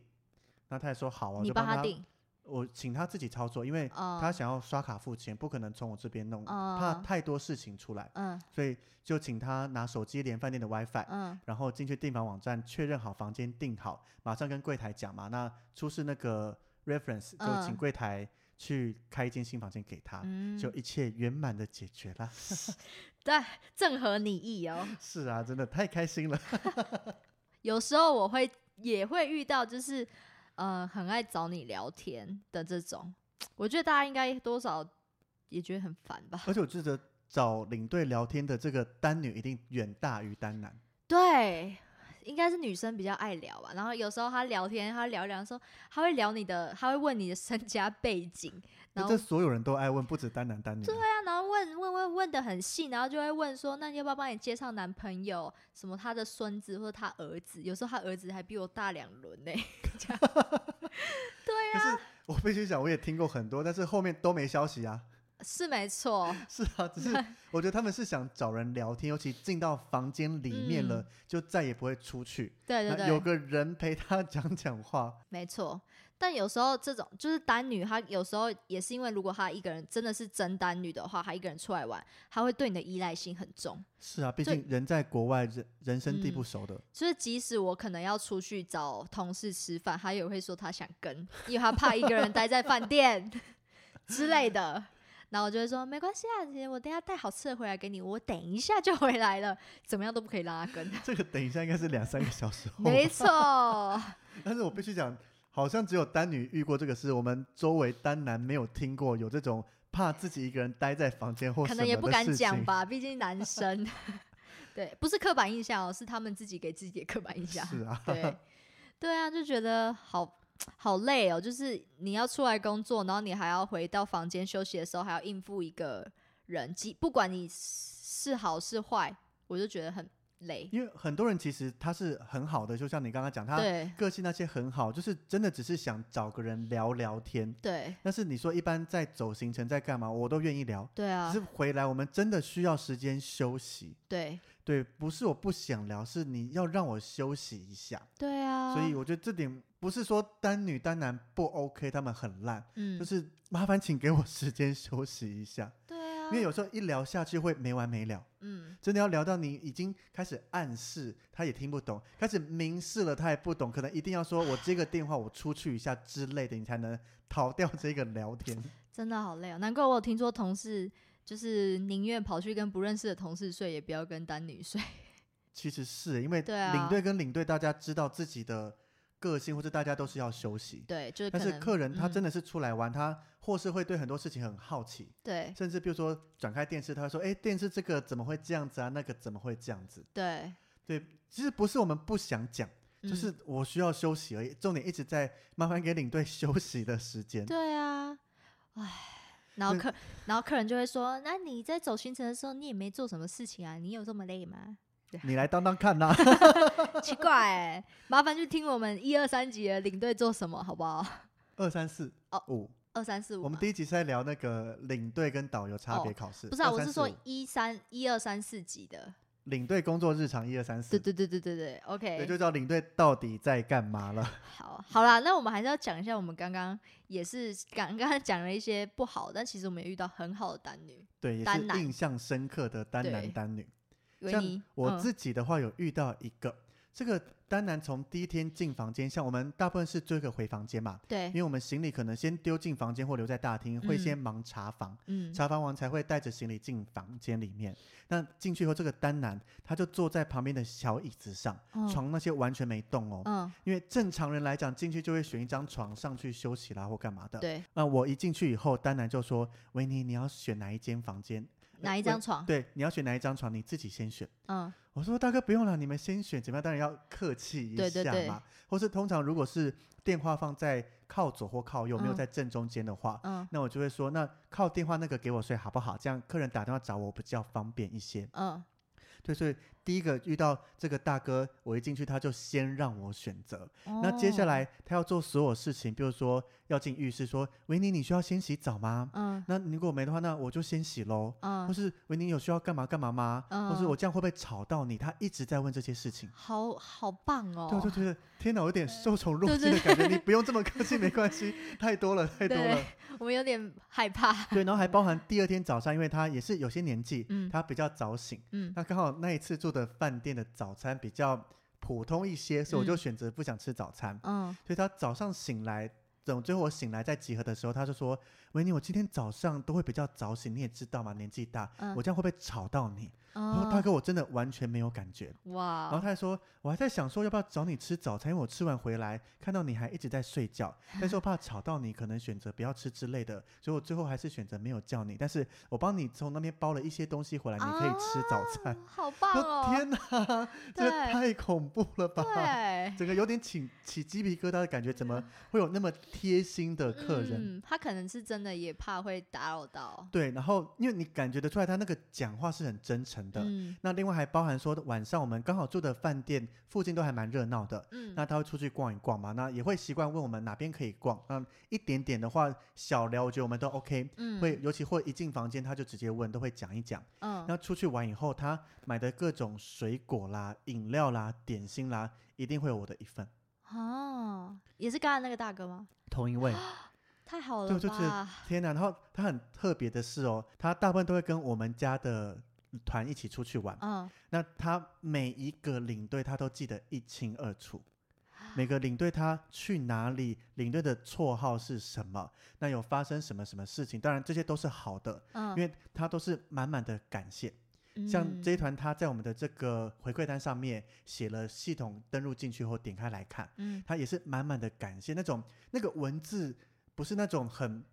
Speaker 2: 那他也说好啊，我
Speaker 1: 你
Speaker 2: 就
Speaker 1: 帮
Speaker 2: 他
Speaker 1: 他定，
Speaker 2: 我请他自己操作，因为
Speaker 1: 哦
Speaker 2: 他想要刷卡付钱，不可能从我这边弄，怕
Speaker 1: 嗯
Speaker 2: 太多事情出来，
Speaker 1: 嗯
Speaker 2: 所以就请他拿手机连饭店的 WiFi，
Speaker 1: 嗯
Speaker 2: 然后进去订房网站确认好房间订好，马上跟柜台讲嘛。那出示那个 reference 就请
Speaker 1: 嗯
Speaker 2: 柜台去开一间新房间给他，
Speaker 1: 嗯，
Speaker 2: 就一切圆满的解决啦。
Speaker 1: 正合你意哦。
Speaker 2: 是啊，真的太开心了。
Speaker 1: 有时候我会也会遇到，就是呃，很爱找你聊天的这种，我觉得大家应该多少也觉得很烦吧。
Speaker 2: 而且我记得找领队聊天的这个单女一定远大于单男。
Speaker 1: 对，应该是女生比较爱聊吧。然后有时候她聊天，她聊一聊说，她会聊你的，她会问你的身家背景，然
Speaker 2: 那
Speaker 1: 后
Speaker 2: 这所有人都爱问，不止单男单女啊。
Speaker 1: 对啊，然后问问问问的很细，然后就会问说，那要不要帮你介绍男朋友？什么他的孙子或者他儿子？有时候他儿子还比我大两轮呢、
Speaker 2: 可是我必须讲，我也听过很多，但是后面都没消息 啊。
Speaker 1: 是没错，
Speaker 2: 是啊， 只是我觉得他们是想找人聊天，尤其进到房间里面了，
Speaker 1: 嗯
Speaker 2: 就再也不会出去。
Speaker 1: 对对
Speaker 2: 那
Speaker 1: 对，
Speaker 2: 有个人陪他讲讲话，
Speaker 1: 没错，但有时候这种就是单女，她有时候也是因为，如果她一个人真的是真单女的话，她一个人出来玩，她会对你的依赖性很重。
Speaker 2: 是啊，毕
Speaker 1: 对
Speaker 2: 竟人在国外，人人生地不
Speaker 1: 嗯
Speaker 2: 熟 的，
Speaker 1: 就是即使我可能要出去找同事吃饭，她也会说她想跟，因为她怕一个人待在饭店之类的。然后我就会说没关系啊，姐，我等一下带好吃的回来给你，我等一下就回来了，怎么样都不可以让她 跟。
Speaker 2: 这个等一下应该是两三个小时后吧。
Speaker 1: 没错，
Speaker 2: 但是我必须讲，好像只有单女遇过这个事，我们周围单男没有听过有这种怕自己一个人待在房间或
Speaker 1: 可
Speaker 2: 什
Speaker 1: 能
Speaker 2: 么
Speaker 1: 也不
Speaker 2: 的
Speaker 1: 敢
Speaker 2: 事
Speaker 1: 讲
Speaker 2: 情。
Speaker 1: 吧，毕竟男生。 对，不是刻板印象哦，是他们自己给自己的刻板印象。
Speaker 2: 是 啊，
Speaker 1: 对，对啊，就觉得好好累哦。就是你要出来工作，然后你还要回到房间休息的时候，还要应付一个人，即不管你是好是坏，我就觉得很累。
Speaker 2: 因为很多人其实他是很好的，就像你刚刚讲，他
Speaker 1: 对
Speaker 2: 个性那些很好，就是真的只是想找个人聊聊天。
Speaker 1: 对
Speaker 2: 但是你说一般在走行程在干嘛，我都愿意聊。
Speaker 1: 对
Speaker 2: 只
Speaker 1: 啊
Speaker 2: 是，回来我们真的需要时间休息。
Speaker 1: 对
Speaker 2: 对，不是我不想聊，是你要让我休息一下。
Speaker 1: 对啊。
Speaker 2: 所以我觉得这点不是说单女单男不 OK，他们很烂，就
Speaker 1: 嗯，
Speaker 2: 是麻烦请给我时间休息一下，
Speaker 1: 对啊，
Speaker 2: 因为有时候一聊下去会没完没了，
Speaker 1: 嗯
Speaker 2: 真的要聊到你已经开始暗示他也听不懂，开始明示了他也不懂，可能一定要说我接个电话，我出去一下之类的，你才能逃掉这个聊天。
Speaker 1: 真的好累哦。难怪我有听说同事就是宁愿跑去跟不认识的同事睡，也不要跟单女睡。
Speaker 2: 其实是因为
Speaker 1: 对啊
Speaker 2: 领队跟领队大家知道自己的个性，或者大家都是要休息。
Speaker 1: 对，就是可
Speaker 2: 但
Speaker 1: 能嗯
Speaker 2: 是客人他真
Speaker 1: 的、
Speaker 2: 的是出来玩，他或是会对很多事情很好奇，
Speaker 1: 对
Speaker 2: 甚至比如说转开电视，他会说：“哎，电视这个怎么会这样子啊？那个怎么会这样子
Speaker 1: 对，？”
Speaker 2: 对，其实不是我们不想讲，就
Speaker 1: 嗯
Speaker 2: 是我需要休息而已。重点一直在慢慢给领队 休息的时间。
Speaker 1: 对啊，唉，然后
Speaker 2: 对
Speaker 1: 客然后客人就会说，那你在走行程的时候，你也没做什么事情啊，你有这么累吗？
Speaker 2: 你来当当看 呐、
Speaker 1: 奇怪、欸，麻烦去听我们一二三集的领队做什么，好不好？
Speaker 2: 二三四
Speaker 1: 哦
Speaker 2: 五，
Speaker 1: 二三四五嘛，
Speaker 2: 我们第一集是在聊那个领队跟导游差别
Speaker 1: 哦
Speaker 2: 考试。
Speaker 1: 不是啊，
Speaker 2: 二
Speaker 1: 我
Speaker 2: 三
Speaker 1: 是
Speaker 2: 四
Speaker 1: 说
Speaker 2: 五
Speaker 1: 一三一二三四集的
Speaker 2: 领队工作日常一二三四，
Speaker 1: 对对对对对对，OK，
Speaker 2: 对，就叫领队到底在干嘛了？
Speaker 1: 好，好啦，那我们还是要讲一下，我们刚刚也是刚刚刚讲了一些不好，但其实我们也遇到很好的单女。
Speaker 2: 对，也
Speaker 1: 单
Speaker 2: 是
Speaker 1: 男
Speaker 2: 印象深刻的单男
Speaker 1: 对
Speaker 2: 单女。
Speaker 1: 维
Speaker 2: 像
Speaker 1: 尼，
Speaker 2: 我
Speaker 1: 嗯
Speaker 2: 自己的话，有遇到一个，这个单男从第一天进房间，像我们大部分是追个回房间嘛，因
Speaker 1: 对，
Speaker 2: 为我们行李可能先丢进房间或留在大厅，会先忙查房，
Speaker 1: 嗯，
Speaker 2: 查房完才会带着行李进房间里面。那进去以后，这个单男他就坐在旁边的小椅子上，
Speaker 1: 嗯，
Speaker 2: 床那些完全没动哦，
Speaker 1: 嗯，
Speaker 2: 因为正常人来讲进去就会选一张床上去休息啦或干嘛的。
Speaker 1: 嗯对，
Speaker 2: 那我一进去以后，丹南就说：“维尼，你要选哪一间房间？
Speaker 1: 哪一
Speaker 2: 维
Speaker 1: 张床？
Speaker 2: 对，你要选哪一张床，你自己先选。
Speaker 1: 嗯，”
Speaker 2: 我说：“大哥不用了，你们先选，怎么样？当然要客气一下嘛。
Speaker 1: 对对对
Speaker 2: 或是通常如果是电话放在靠左或靠右，没有
Speaker 1: 嗯
Speaker 2: 在正中间的话，
Speaker 1: 嗯，
Speaker 2: 那我就会说：那靠电话那个给我睡好不好？这样客人打电话找我比较方便一些。
Speaker 1: 嗯，
Speaker 2: 对，所以第一个遇到这个大哥，我一进去他就先让我选择。那接下
Speaker 1: 哦，
Speaker 2: 来他要做所有事情，比如说要进浴室说：“维尼，你需要先洗澡吗？”
Speaker 1: 嗯
Speaker 2: 那如果没的话，那我就先洗喽。或
Speaker 1: 嗯，
Speaker 2: 是维尼有需要干嘛干嘛吗？或是
Speaker 1: 嗯
Speaker 2: 我这样会不会吵到你？他一直在问这些事情。
Speaker 1: 好好棒哦，
Speaker 2: 对，我就觉得天哪，我有点受宠若
Speaker 1: 对
Speaker 2: 惊的
Speaker 1: 对
Speaker 2: 感觉。你不用这么客气，没关系，太多了，太多
Speaker 1: 对
Speaker 2: 了。
Speaker 1: 我们有点害怕，
Speaker 2: 对，然后还包含第二天早上，因为他也是有些年纪，
Speaker 1: 嗯
Speaker 2: 他比较早醒，
Speaker 1: 嗯，
Speaker 2: 那刚好那一次住的饭店的早餐比较普通一些，所以我就选择不想吃早餐。
Speaker 1: 嗯，
Speaker 2: 所以他早上醒来，等最后我醒来在集合的时候，他就说：“维尼，我今天早上都会比较早醒，你也知道嘛，年纪大，
Speaker 1: 嗯
Speaker 2: 我这样会不会吵到你？”然后
Speaker 1: 哦，
Speaker 2: 大哥，我真的完全没有感觉。然后
Speaker 1: 嗯哇，
Speaker 2: 他还说，我还在想说要不要找你吃早餐，因为我吃完回来看到你还一直在睡 觉，但是我怕吵到你，可能选择不要吃之类的，所以我最后还是选择没有叫你。但是我帮你从那边包了一些东西回来，你可以吃早餐。
Speaker 1: 啊好棒
Speaker 2: 我
Speaker 1: 哦，
Speaker 2: 天哪，这个
Speaker 1: 对
Speaker 2: 太恐怖了吧！
Speaker 1: 对，
Speaker 2: 整个有点起起鸡皮疙瘩的感觉，怎 么会有那么贴心的客人？
Speaker 1: 嗯，他可能是真的也怕会打扰到，
Speaker 2: 对，然后因为你感觉得出来，他那个讲话是很真诚的。
Speaker 1: 嗯
Speaker 2: 那另外还包含说，晚上我们刚好住的饭店附近都还蛮热闹的，
Speaker 1: 嗯，
Speaker 2: 那他会出去逛一逛嘛？那也会习惯问我们哪边可以逛。那一点点的话，小聊我觉得我们都 OK。
Speaker 1: 嗯
Speaker 2: 会，尤其或一进房间他就直接问，都会讲一讲。
Speaker 1: 嗯
Speaker 2: 那出去玩以后，他买的各种水果啦、饮料啦、点心啦，一定会有我的一份。
Speaker 1: 哦，也是刚才那个大哥吗？
Speaker 2: 同一 位，
Speaker 1: 太好
Speaker 2: 对
Speaker 1: 了
Speaker 2: 我就觉得
Speaker 1: 吧！
Speaker 2: 天哪！然后他很特别的是哦，他大部分都会跟我们家的团一起出去玩。
Speaker 1: 嗯，
Speaker 2: 那他每一个领队他都记得一清二楚，每个领队他去哪里，领队的绰号是什么，那有发生什么什么事情，当然这些都是好的，因
Speaker 1: 嗯，
Speaker 2: 为他都是满满的感谢。
Speaker 1: 嗯
Speaker 2: 像这一团他在我们的这个回馈单上面写了系统登录进去后点开来看，
Speaker 1: 嗯
Speaker 2: 他也是满满的感谢那种那个文字不是那种很。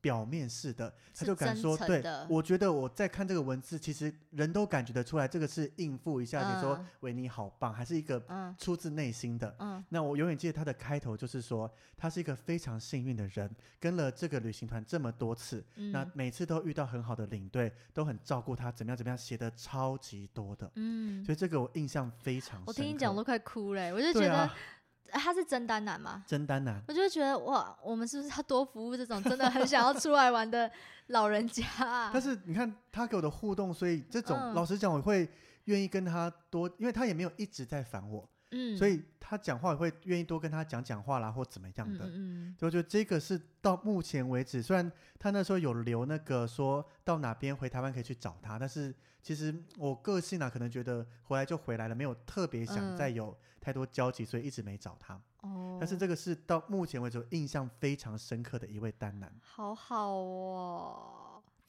Speaker 2: 表面式的，他
Speaker 1: 是
Speaker 2: 就敢
Speaker 1: 真
Speaker 2: 说，
Speaker 1: 诚
Speaker 2: 对
Speaker 1: 的
Speaker 2: 我觉得我在看这个文字，其实人都感觉得出来，这个是应付一下，你、说
Speaker 1: 嗯
Speaker 2: 维尼好棒，还是一个
Speaker 1: 嗯
Speaker 2: 出自内心的。
Speaker 1: 嗯
Speaker 2: 那我永远记得他的开头就是说，他是一个非常幸运的人，跟了这个旅行团这么多次，那
Speaker 1: 嗯
Speaker 2: 每次都遇到很好的领队，都很照顾他，怎么样怎么样，写的超级多的，
Speaker 1: 嗯，
Speaker 2: 所以这个我印象非常深刻。
Speaker 1: 我听你讲都快哭了欸，我就觉
Speaker 2: 对
Speaker 1: 得
Speaker 2: 啊，
Speaker 1: 哎他是真单男吗？
Speaker 2: 真啊丹呐、
Speaker 1: 我就会觉得哇，我们是不是要多服务这种真的很想要出来玩的老人家啊？
Speaker 2: 但是你看他给我的互动，所以这种、
Speaker 1: 嗯
Speaker 2: 老实讲，我会愿意跟他多，因为他也没有一直在烦我，
Speaker 1: 嗯，
Speaker 2: 所以他讲话也会愿意多跟他讲讲话啦，或怎么样
Speaker 1: 嗯
Speaker 2: 的。
Speaker 1: 嗯
Speaker 2: 所以我觉得这个是到目前为止，虽然他那时候有留那个说到哪边回台湾可以去找他，但是其实我个性啊，可能觉得回来就回来了，没有特别想
Speaker 1: 嗯
Speaker 2: 再有太多交集，所以一直没找他。
Speaker 1: 嗯，哦，
Speaker 2: 但是这个是到目前为止我印象非常深刻的一位单 男。
Speaker 1: 好好哦。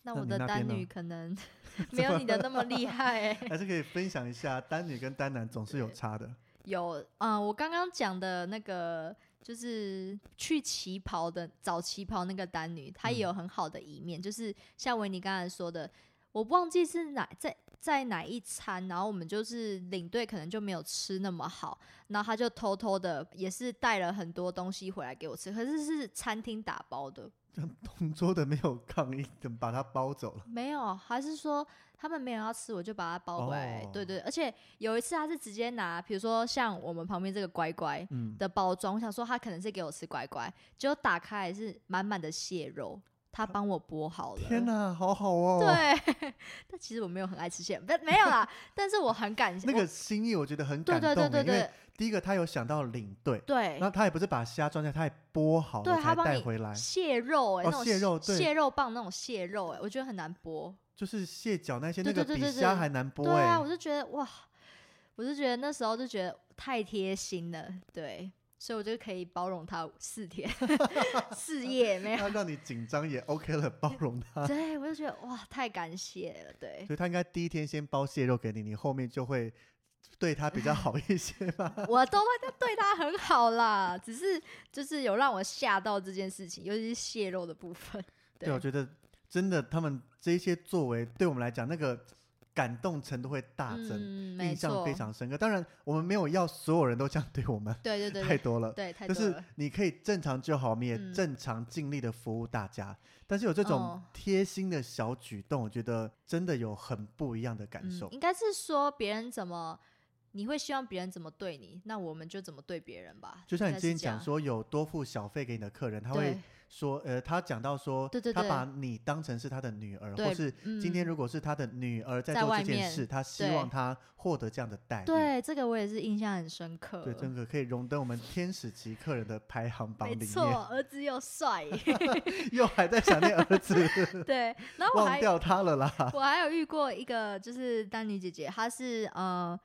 Speaker 1: 那
Speaker 2: 那
Speaker 1: 我
Speaker 2: 你
Speaker 1: 的
Speaker 2: 那
Speaker 1: 单
Speaker 2: 边呢
Speaker 1: 女可 能 没有你的那么厉害欸。
Speaker 2: 还是可以分享一下单女跟单男总是有差的。
Speaker 1: 有，嗯，我刚刚讲的那个就是去旗袍的找旗袍那个单女，她也有很好的一面，就是像维尼刚才说的，我忘记是哪在在哪一餐，然后我们就是领队可能就没有吃那么好，然后他就偷偷的也是带了很多东西回来给我吃，可是是餐厅打包的，
Speaker 2: 同桌的没有抗议，怎么把他包走了？
Speaker 1: 没有，还是说他们没有要吃，我就把它包回来。
Speaker 2: 哦
Speaker 1: 对对，而且有一次他是直接拿，比如说像我们旁边这个乖乖
Speaker 2: 嗯，
Speaker 1: 的包装，我想说他可能是给我吃乖乖，结果打开来是满满的蟹肉，他帮我剥好了。
Speaker 2: 天哪，好好哦。，
Speaker 1: 对， 但其实我没有很爱吃蟹，不没有 啦，但是我很感谢
Speaker 2: 那
Speaker 1: 我
Speaker 2: 个心意我觉得很
Speaker 1: 对
Speaker 2: 感动
Speaker 1: 对
Speaker 2: 耶，
Speaker 1: 对对
Speaker 2: 因为
Speaker 1: 对
Speaker 2: 第一个他有想到领队，然后
Speaker 1: 对，
Speaker 2: 他也不是把虾装下，他也剥好
Speaker 1: 对
Speaker 2: 了才
Speaker 1: 他帮
Speaker 2: 带
Speaker 1: 你
Speaker 2: 回来，
Speaker 1: 蟹肉哎、
Speaker 2: 哦
Speaker 1: 那种
Speaker 2: 蟹肉对
Speaker 1: 蟹肉棒那种蟹肉哎、我觉得很难剥。
Speaker 2: 就是蟹脚那些，那
Speaker 1: 对
Speaker 2: 个
Speaker 1: 对
Speaker 2: 比
Speaker 1: 对对
Speaker 2: 虾
Speaker 1: 对
Speaker 2: 还难剥
Speaker 1: 对啊，我
Speaker 2: 哎。
Speaker 1: 就觉得哇，我就觉得那时候就觉得太贴心了，对，所以我就可以包容他四天 四夜没有。
Speaker 2: 他让你紧张也 OK 了，包 容 他。
Speaker 1: 对，我就觉得哇，太感谢了，对
Speaker 2: 所以他应该第一天先包蟹肉给你，你后面就会对他比较好一些 吧。
Speaker 1: 我都会对他很好啦，只是就是有让我吓到这件事情，尤其是蟹肉的部分。
Speaker 2: 对，哦我觉得真的他们这些作为对我们来讲，那个感动程度会大增，
Speaker 1: 嗯，没
Speaker 2: 印象
Speaker 1: 错，
Speaker 2: 非常深刻。当然，我们没有要所有人都这样对我们，
Speaker 1: 对对对
Speaker 2: 太
Speaker 1: 对
Speaker 2: 多了。
Speaker 1: 对，太
Speaker 2: 就
Speaker 1: 多
Speaker 2: 是
Speaker 1: 了。
Speaker 2: 你可以正常就好，我们也
Speaker 1: 嗯
Speaker 2: 正常尽力的服务大家。但是有这种
Speaker 1: 哦
Speaker 2: 贴心的小举动，我觉得真的有很不一样的感
Speaker 1: 嗯
Speaker 2: 受，。
Speaker 1: 应该是说别人怎么，你会希望别人怎么对你，那我们就怎么对别人吧。
Speaker 2: 就像
Speaker 1: 应
Speaker 2: 你
Speaker 1: 该
Speaker 2: 之前
Speaker 1: 是这样
Speaker 2: 讲，说有多付小费给你的客人，他会
Speaker 1: 对
Speaker 2: 说，呃，他讲到说，
Speaker 1: 对对
Speaker 2: 他
Speaker 1: 对
Speaker 2: 把你当成是他的女儿，或
Speaker 1: 对嗯
Speaker 2: 是今天如果是他的女儿在
Speaker 1: 在
Speaker 2: 做这
Speaker 1: 外
Speaker 2: 件
Speaker 1: 面
Speaker 2: 事，他希
Speaker 1: 对
Speaker 2: 望他获得这样的待遇。
Speaker 1: 对这个我也是印象很深刻。
Speaker 2: 对，真的可以荣登我们天使级客人的排行榜里
Speaker 1: 没
Speaker 2: 面，
Speaker 1: 错，儿子 又帅，
Speaker 2: 又还在想念儿子，
Speaker 1: 对。然 后我
Speaker 2: 忘
Speaker 1: 还
Speaker 2: 掉他了 啦。
Speaker 1: 我还有遇过一个，就是丹妮姐姐，她是呃，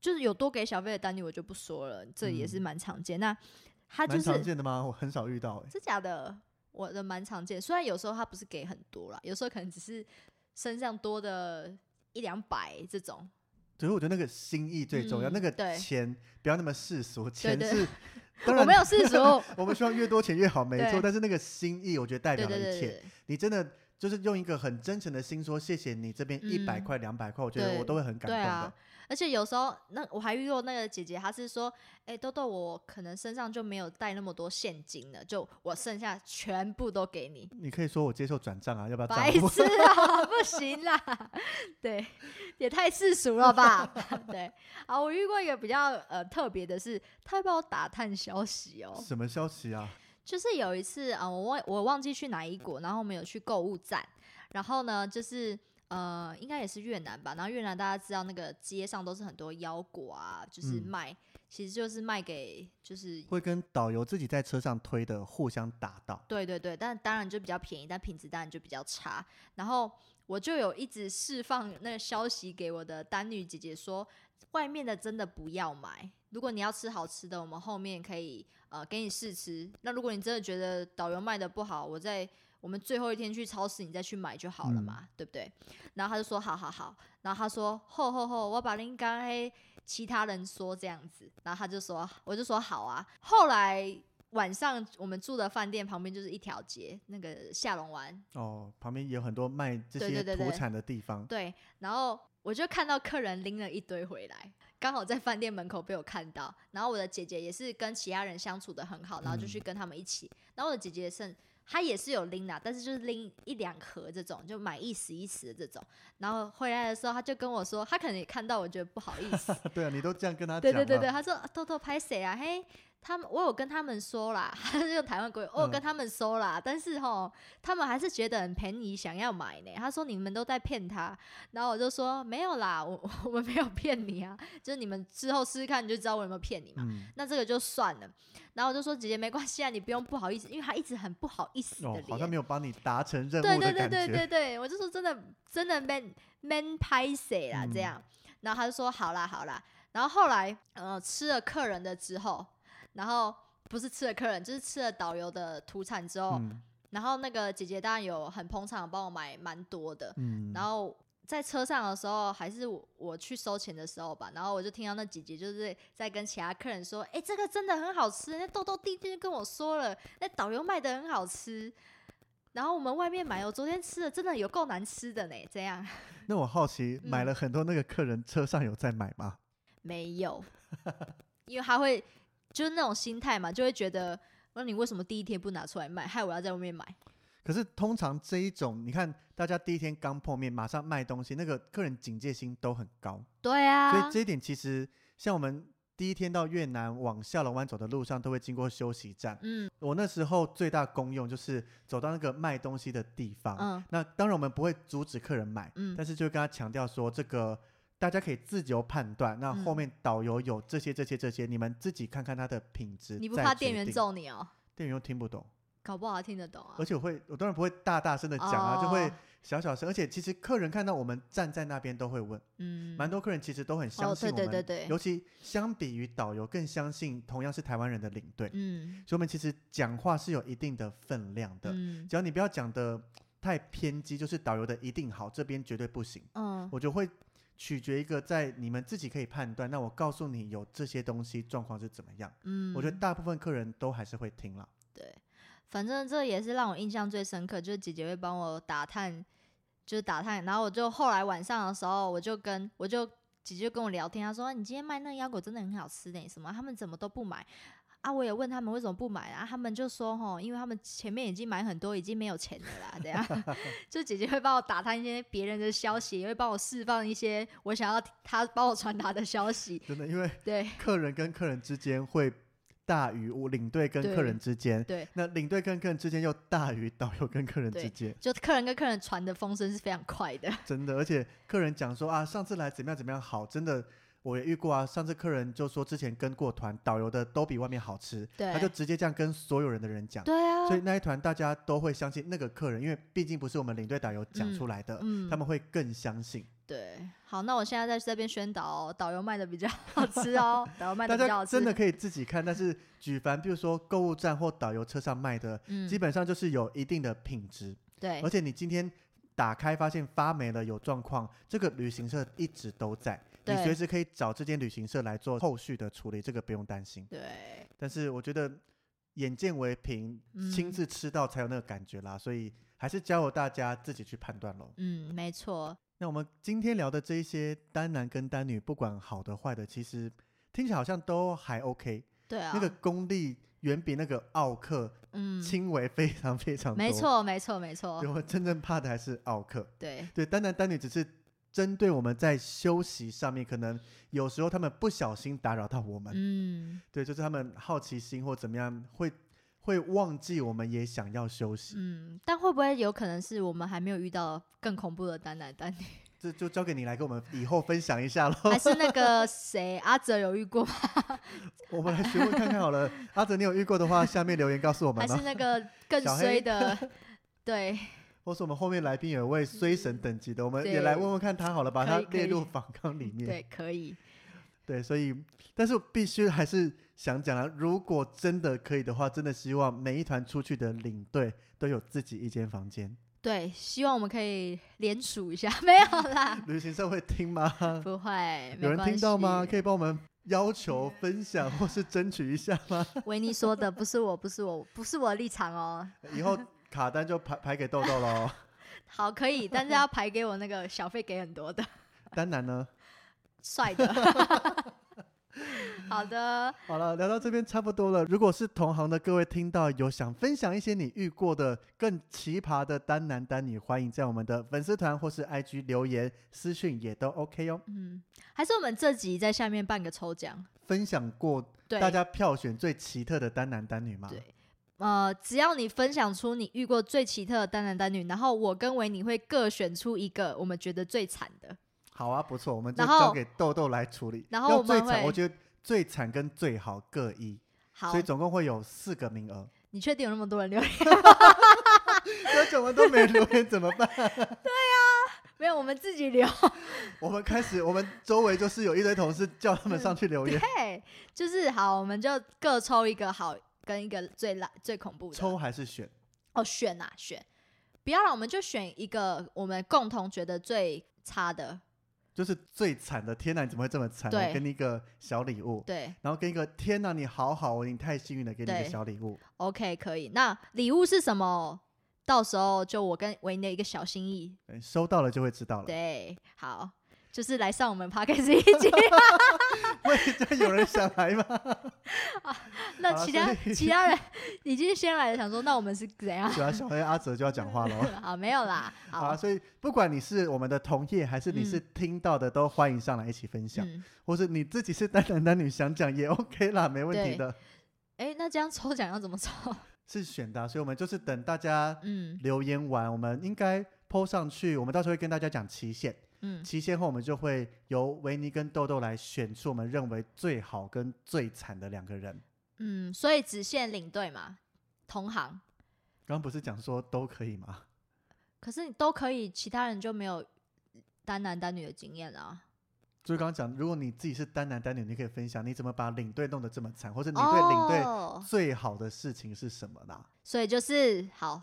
Speaker 1: 就是有多给小费的丹妮，我就不说了，这也是蛮常见。那她就
Speaker 2: 嗯蛮常
Speaker 1: 是
Speaker 2: 见的吗？我很少遇到、欸，
Speaker 1: 真假的，我的蛮常见。虽然有时候她不是给很多啦，有时候可能只是身上多的一两百这种，
Speaker 2: 只是我觉得那个心意最重要，那
Speaker 1: 嗯
Speaker 2: 个
Speaker 1: 对
Speaker 2: 钱不要那么世俗，钱
Speaker 1: 对
Speaker 2: 是当
Speaker 1: 我
Speaker 2: 然
Speaker 1: 没有哦世俗。
Speaker 2: 我们希望越多钱越好，没错，
Speaker 1: 对
Speaker 2: 但是那个心意我觉得代
Speaker 1: 对
Speaker 2: 表了
Speaker 1: 对
Speaker 2: 一切。
Speaker 1: 对对，
Speaker 2: 你真的就是用一个很真诚的心说谢谢你这边一百
Speaker 1: 嗯
Speaker 2: 块两百块，我觉得
Speaker 1: 对
Speaker 2: 我都会很感
Speaker 1: 对
Speaker 2: 动的。
Speaker 1: 啊，而且有时候那我还遇过那个姐姐，她是说，哎、豆豆，我可能身上就没有带那么多现金了，就我剩下全部都给你。
Speaker 2: 你可以说我接受转账啊，要不要账
Speaker 1: 白
Speaker 2: 户？
Speaker 1: 痴啊， 不行啦，对，也太世俗了吧？ 对，啊，我遇过一个比较呃特别的是，他会帮我打探消息哦，
Speaker 2: 什么消息啊？
Speaker 1: 就是有一次啊、呃我忘我忘记去哪一国，然后我们有去购物站，然后呢，就是呃，应该也是越南吧。然后越南大家知道那个街上都是很多腰果啊，就是
Speaker 2: 嗯
Speaker 1: 卖，其实就是卖给就是
Speaker 2: 会跟导游自己在车上推的互相打到，
Speaker 1: 对对对，但当然就比较便宜，但品质当然就比较差。然后我就有一直释放那个消息给我的丹女姐姐说，外面的真的不要买。如果你要吃好吃的，我们后面可以呃给你试吃。那如果你真的觉得导游卖的不好，我在我们最后一天去超市，你再去买就好了嘛，对不对？然后他就说好好好，然后他说吼吼吼，我把林刚黑其他人说这样子，然后他就说我就说好啊。后来晚上我们住的饭店旁边就是一条街，那个下龙湾，
Speaker 2: 哦，旁边有很多卖这
Speaker 1: 对
Speaker 2: 些
Speaker 1: 对对
Speaker 2: 土
Speaker 1: 对
Speaker 2: 产的地方，
Speaker 1: 对，然后我就看到客人拎了一堆回来，刚好在饭店门口被我看到。然后我的姐姐也是跟其他人相处的很好，然后就去跟他们一起。然后我的姐姐剩她也是有拎啦，但是就是拎一两盒这种，就买一时一时的这种。然后回来的时候，她就跟我说，她可能也看到，我觉得不好意思，
Speaker 2: 对啊，你都这样跟他讲
Speaker 1: 对
Speaker 2: 了，
Speaker 1: 对对对，他说偷偷拍谁啊？嘿，他们我有跟他们说啦，他就用台湾国语，我有
Speaker 2: 嗯
Speaker 1: 跟他们说啦，但是吼，他们还是觉得很便宜，想要买呢。他说你们都在骗他，然后我就说没有啦，我 我们没有骗你啊，就是你们之后试试看你就知道我有没有骗你嘛。
Speaker 2: 嗯，
Speaker 1: 那这个就算了，然后我就说姐姐没关系啊，你不用不好意思，因为他一直很不好意思的
Speaker 2: 哦
Speaker 1: 脸，，
Speaker 2: 好像没有帮你达成任
Speaker 1: 对
Speaker 2: 务的
Speaker 1: 对对
Speaker 2: 感
Speaker 1: 对
Speaker 2: 觉，
Speaker 1: 对对，我就说真的真的 man man 拍谁啦这
Speaker 2: 嗯
Speaker 1: 样，然后他就说好啦好啦，然后后来呃吃了客人的之后，然后不是吃了客人，就是吃了导游的土产之后，
Speaker 2: 嗯
Speaker 1: 然后那个姐姐当然有很捧场，帮我买蛮多的，
Speaker 2: 嗯，
Speaker 1: 然后。在车上的时候，还是我我去收钱的时候吧，然后我就听到那姐姐就是在跟其他客人说：“哎、这个真的很好吃，那豆豆弟弟就跟我说了，那导游卖的很好吃。”然后我们外面买，我昨天吃的真的有够难吃的呢。这样
Speaker 2: 那我好奇，
Speaker 1: 嗯
Speaker 2: 买了很多那个客人车上有在买吗？
Speaker 1: 没 有，因为他会就是那种心态嘛，就会觉得那你为什么第一天不拿出来卖，害我要在外面买？
Speaker 2: 可是通常这一种，你看大家第一天刚碰面，马上卖东西，那个客人警戒心都很高，
Speaker 1: 对
Speaker 2: 所以
Speaker 1: 啊
Speaker 2: 这，一点其实像我们第一天到越南往下龙湾走的路上都会经过休息站。
Speaker 1: 嗯
Speaker 2: 我那时候最大功用就是走到那个卖东西的地方。
Speaker 1: 嗯
Speaker 2: 那当然我们不会阻止客人买，
Speaker 1: 嗯
Speaker 2: 但是就跟他强调说，这个大家可以自由判断。那后
Speaker 1: 嗯
Speaker 2: 面导游有这些、这些、这些，你们自己看看它的品质。
Speaker 1: 你不怕店员？揍你哦？
Speaker 2: 店员又听不懂，
Speaker 1: 搞不好听得懂啊
Speaker 2: 而。且我会，我当然不会大大声的讲啊，就会
Speaker 1: 哦
Speaker 2: 小小声。而且其实客人看到我们站在那边都会问，
Speaker 1: 嗯，
Speaker 2: 蛮多客人其实都很相
Speaker 1: 哦
Speaker 2: 信我们，
Speaker 1: 对对对对
Speaker 2: 尤其相比于导游更相信同样是台湾人的领队，
Speaker 1: 嗯
Speaker 2: 所以我们其实讲话是有一定的分量的。
Speaker 1: 嗯
Speaker 2: 只要你不要讲的太偏激，就是导游的一定好，这边绝对不行。
Speaker 1: 嗯
Speaker 2: 我就会取决一个在你们自己可以判断。那我告诉你有这些东西状况是怎么样，
Speaker 1: 嗯，
Speaker 2: 我觉得大部分客人都还是会听啦。
Speaker 1: 对，反正这也是让我印象最深刻，就是姐姐会帮我打探，就是打探，然后我就后来晚上的时候，我就跟我就姐姐就跟我聊天，她说你今天卖那个腰果真的很好吃呢，什么他们怎么都不买。啊，我也问他们为什么不买啊，他们就说吼，因为他们前面已经买很多，已经没有钱了啦，这样。 就姐姐会帮我打探一些别人的消息，也会帮我释放一些我想要她帮我传达的消息。
Speaker 2: 真的，因为
Speaker 1: 对
Speaker 2: 客人跟客人之间会大于我领队跟客人之间，
Speaker 1: 对，
Speaker 2: 那领队跟客人之间又大于导游跟客人之
Speaker 1: 对
Speaker 2: 间，
Speaker 1: 就客人跟客人传的风声是非常快的。
Speaker 2: 真的。而且客人讲说啊，上次来怎么样怎么样好，真的。我也遇过啊，上次客人就说之前跟过团，导游的都比外面好吃，
Speaker 1: 对
Speaker 2: 他就直接这样跟所有人的人讲，
Speaker 1: 对啊，
Speaker 2: 所以那一团大家都会相信那个客人，因为毕竟不是我们领队导游讲
Speaker 1: 嗯
Speaker 2: 出来的，
Speaker 1: 嗯
Speaker 2: 他们会更相信。
Speaker 1: 对，好，那我现在在这边宣导哦、导游卖的比较好吃 哦，导游卖
Speaker 2: 大
Speaker 1: 的比较
Speaker 2: 家
Speaker 1: 好吃，
Speaker 2: 真的可以自己看，但 是举凡比如说购物站或导游车上卖的，
Speaker 1: 嗯
Speaker 2: 基，本上就是有一定的品质，
Speaker 1: 对
Speaker 2: 而，且你今天打开发现发霉了有状况，这个旅行社一直都在，你
Speaker 1: 对
Speaker 2: 随时可以找这间旅行社来做后续的处理，这个不用担心。
Speaker 1: 对，
Speaker 2: 但是我觉得眼见为凭，亲
Speaker 1: 嗯
Speaker 2: 自吃到才有那个感觉啦，所以还是交由大家自己去判断喽。
Speaker 1: 嗯，没错，
Speaker 2: 那我们今天聊的这一些单男跟单女，不管好的坏的，其实听起来好像都还 OK、
Speaker 1: 对啊，
Speaker 2: 那个功力远比那个奥克
Speaker 1: 嗯，
Speaker 2: 轻微非常非常多。
Speaker 1: 没，错，没错，没错
Speaker 2: 对，我真正怕的还是奥克。
Speaker 1: 对，
Speaker 2: 对，单男单女只是针对我们在休息上面，可能有时候他们不小心打扰到我们，
Speaker 1: 嗯
Speaker 2: 对，就是他们好奇心或怎么样会会忘记我们也想要休息，
Speaker 1: 嗯，但会不会有可能是我们还没有遇到更恐怖的单男单女，
Speaker 2: 这就交给你来跟我们以后分享一下喽。
Speaker 1: 还是 那个谁阿哲有遇过吗？
Speaker 2: 我们来询问看看好了，阿哲，你有遇过的话，下面留言告诉我们哦
Speaker 1: 还
Speaker 2: 呢
Speaker 1: 是。那个更
Speaker 2: 小
Speaker 1: 衰
Speaker 2: 黑
Speaker 1: 的？ 对，
Speaker 2: 或是我们后面来宾有一位衰神等级的，我们也
Speaker 1: 对
Speaker 2: 来问问看他好了，把
Speaker 1: 可
Speaker 2: 他
Speaker 1: 以可
Speaker 2: 列
Speaker 1: 以
Speaker 2: 入访纲里面。
Speaker 1: 对，可以，
Speaker 2: 对，所以，但是我必须还是想讲啊，如果真的可以的话，真的希望每一团出去的领队都有自己一间房 间。
Speaker 1: 对，希望我们可以联署一下， 没有啦，
Speaker 2: 旅行社会听吗？
Speaker 1: 不会，
Speaker 2: 有
Speaker 1: 没
Speaker 2: 人
Speaker 1: 关
Speaker 2: 听到吗？
Speaker 1: 系
Speaker 2: 可以帮我们要求分享或是争取一下 吗？
Speaker 1: 维尼说的不是我，不是我，不是我的立场哦。
Speaker 2: 以后卡单就排排给豆豆喽。
Speaker 1: 好，可以，但是要排给我那个小费给很多的
Speaker 2: 丹南呢？
Speaker 1: 帅的。 好的，
Speaker 2: 好了，聊到这边差不多了。如果是同行的各位，听到有想分享一些你遇过的更奇葩的单男单女，欢迎在我们的粉丝团或是 IG 留言私讯，也都 OK 哦。
Speaker 1: 嗯，还是我们这集在下面办个抽奖，
Speaker 2: 分享过
Speaker 1: 对，
Speaker 2: 大家票选最奇特的单男单女吗？
Speaker 1: 对呃，只要你分享出你遇过最奇特的单男单女，然后我跟维尼会各选出一个我们觉得最惨的，
Speaker 2: 好啊，不错，我们就
Speaker 1: 然后
Speaker 2: 交给豆豆来处理。
Speaker 1: 然后
Speaker 2: 要
Speaker 1: 我们
Speaker 2: 最惨，
Speaker 1: 会
Speaker 2: 我觉得最惨跟最好各一，
Speaker 1: 好
Speaker 2: 所以，总共会有四个名额。
Speaker 1: 你确定有那么多人留言？
Speaker 2: 有什么都没留言怎么办？
Speaker 1: 没有，我们自己留。
Speaker 2: 我们开始，我们周围就是有一堆同事叫他们上去留言，
Speaker 1: 对，就是好，我们就各抽一个好跟一个最烂、最恐怖的。
Speaker 2: 抽还是选？
Speaker 1: 哦，选啊选，不要了，我们就选一个我们共同觉得最差的，
Speaker 2: 就是最惨的，天哪，你怎么会这么惨？
Speaker 1: 对
Speaker 2: 我给你一个小礼物，
Speaker 1: 对
Speaker 2: 然后跟一个天哪，你好好哦，你太幸运了，给你一个
Speaker 1: 对
Speaker 2: 小礼物。
Speaker 1: ，OK 可以。那礼物是什么？到时候就我跟维尼的一个小心意，
Speaker 2: 哎 嗯收到了就会知道了。
Speaker 1: 对，好，就是来上我们 p o d c a s 一 集。
Speaker 2: 喂，这有人想来 吗？
Speaker 1: 那
Speaker 2: 好
Speaker 1: 其他
Speaker 2: 所以
Speaker 1: 其他人已经先来了，想说那我们是怎样？
Speaker 2: 主要啊小黑阿哲就要讲 话喽。
Speaker 1: 好，没有啦，
Speaker 2: 好啊，
Speaker 1: 好，
Speaker 2: 所以不管你是我们的同业，还是你是听到的，都欢迎上来一起分享，
Speaker 1: 嗯，
Speaker 2: 或是你自己是单男单女想讲也 OK 啦，没问题
Speaker 1: 对
Speaker 2: 的，
Speaker 1: 哎、那这样抽奖要怎么抽？
Speaker 2: 是选的啊、所以我们就是等大家
Speaker 1: 嗯
Speaker 2: 留言完，我们应该 PO 上去，我们到时候会跟大家讲期限，
Speaker 1: 嗯，
Speaker 2: 期限后我们就会由维尼跟豆豆来选出我们认为最好跟最惨的两个人。
Speaker 1: 嗯，所以只限领队嘛，同行。
Speaker 2: 刚刚不是讲说都可以吗？
Speaker 1: 可是你都可以，其他人就没有单男单女的经验啊。
Speaker 2: 就是刚刚讲，如果你自己是单男单女，你可以分享你怎么把领队弄得这么惨，或者你对领队
Speaker 1: 哦，
Speaker 2: 最好的事情是什么啦。
Speaker 1: 所以就是好，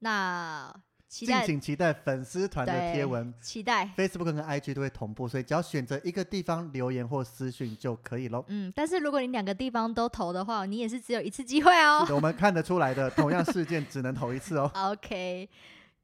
Speaker 1: 那期
Speaker 2: 敬
Speaker 1: 待
Speaker 2: 请期待粉丝团的贴文
Speaker 1: 期待。
Speaker 2: ，Facebook 跟 IG 都会同步，所以只要选择一个地方留言或私讯就可以喽。
Speaker 1: 嗯，但是如果你两个地方都投的话，你也是只有一次机会哦。
Speaker 2: 是。的我们看得出来的，同样事件只能投一次哦
Speaker 1: OK，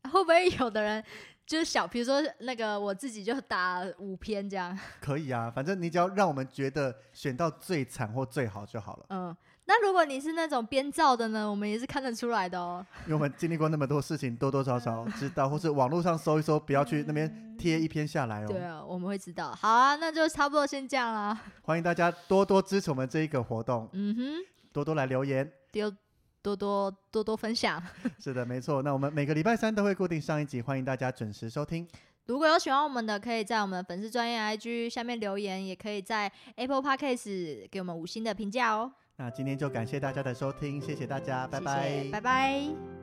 Speaker 1: 会不会有的人就是小，比如说那个我自己就打五篇这样，
Speaker 2: 可以啊，反正你只要让我们觉得选到最惨或最好就好了，
Speaker 1: 嗯。那如果你是那种编造的呢，我们也是看得出来的哦。
Speaker 2: 因为我们经历过那么多事情，多多少少知道，或是网络上搜一搜，不要去那边贴一篇下来
Speaker 1: 对
Speaker 2: 哦。
Speaker 1: 啊，我们会知道。好啊，那就差不多先这样啦。
Speaker 2: 欢迎大家多多支持我们这一个活动，
Speaker 1: 嗯哼，
Speaker 2: 多多来留言。
Speaker 1: 丢多多多多分享。
Speaker 2: 是的，没错。那我们每个礼拜三都会固定上一集，欢迎大家准时收听。
Speaker 1: 如果有喜欢我们的，可以在我们的粉丝专业 IG 下面留言，也可以在 Apple Podcast 给我们五星的评价哦。
Speaker 2: 那今天就感谢大家的收听，谢谢大家，拜拜，
Speaker 1: 谢谢拜拜。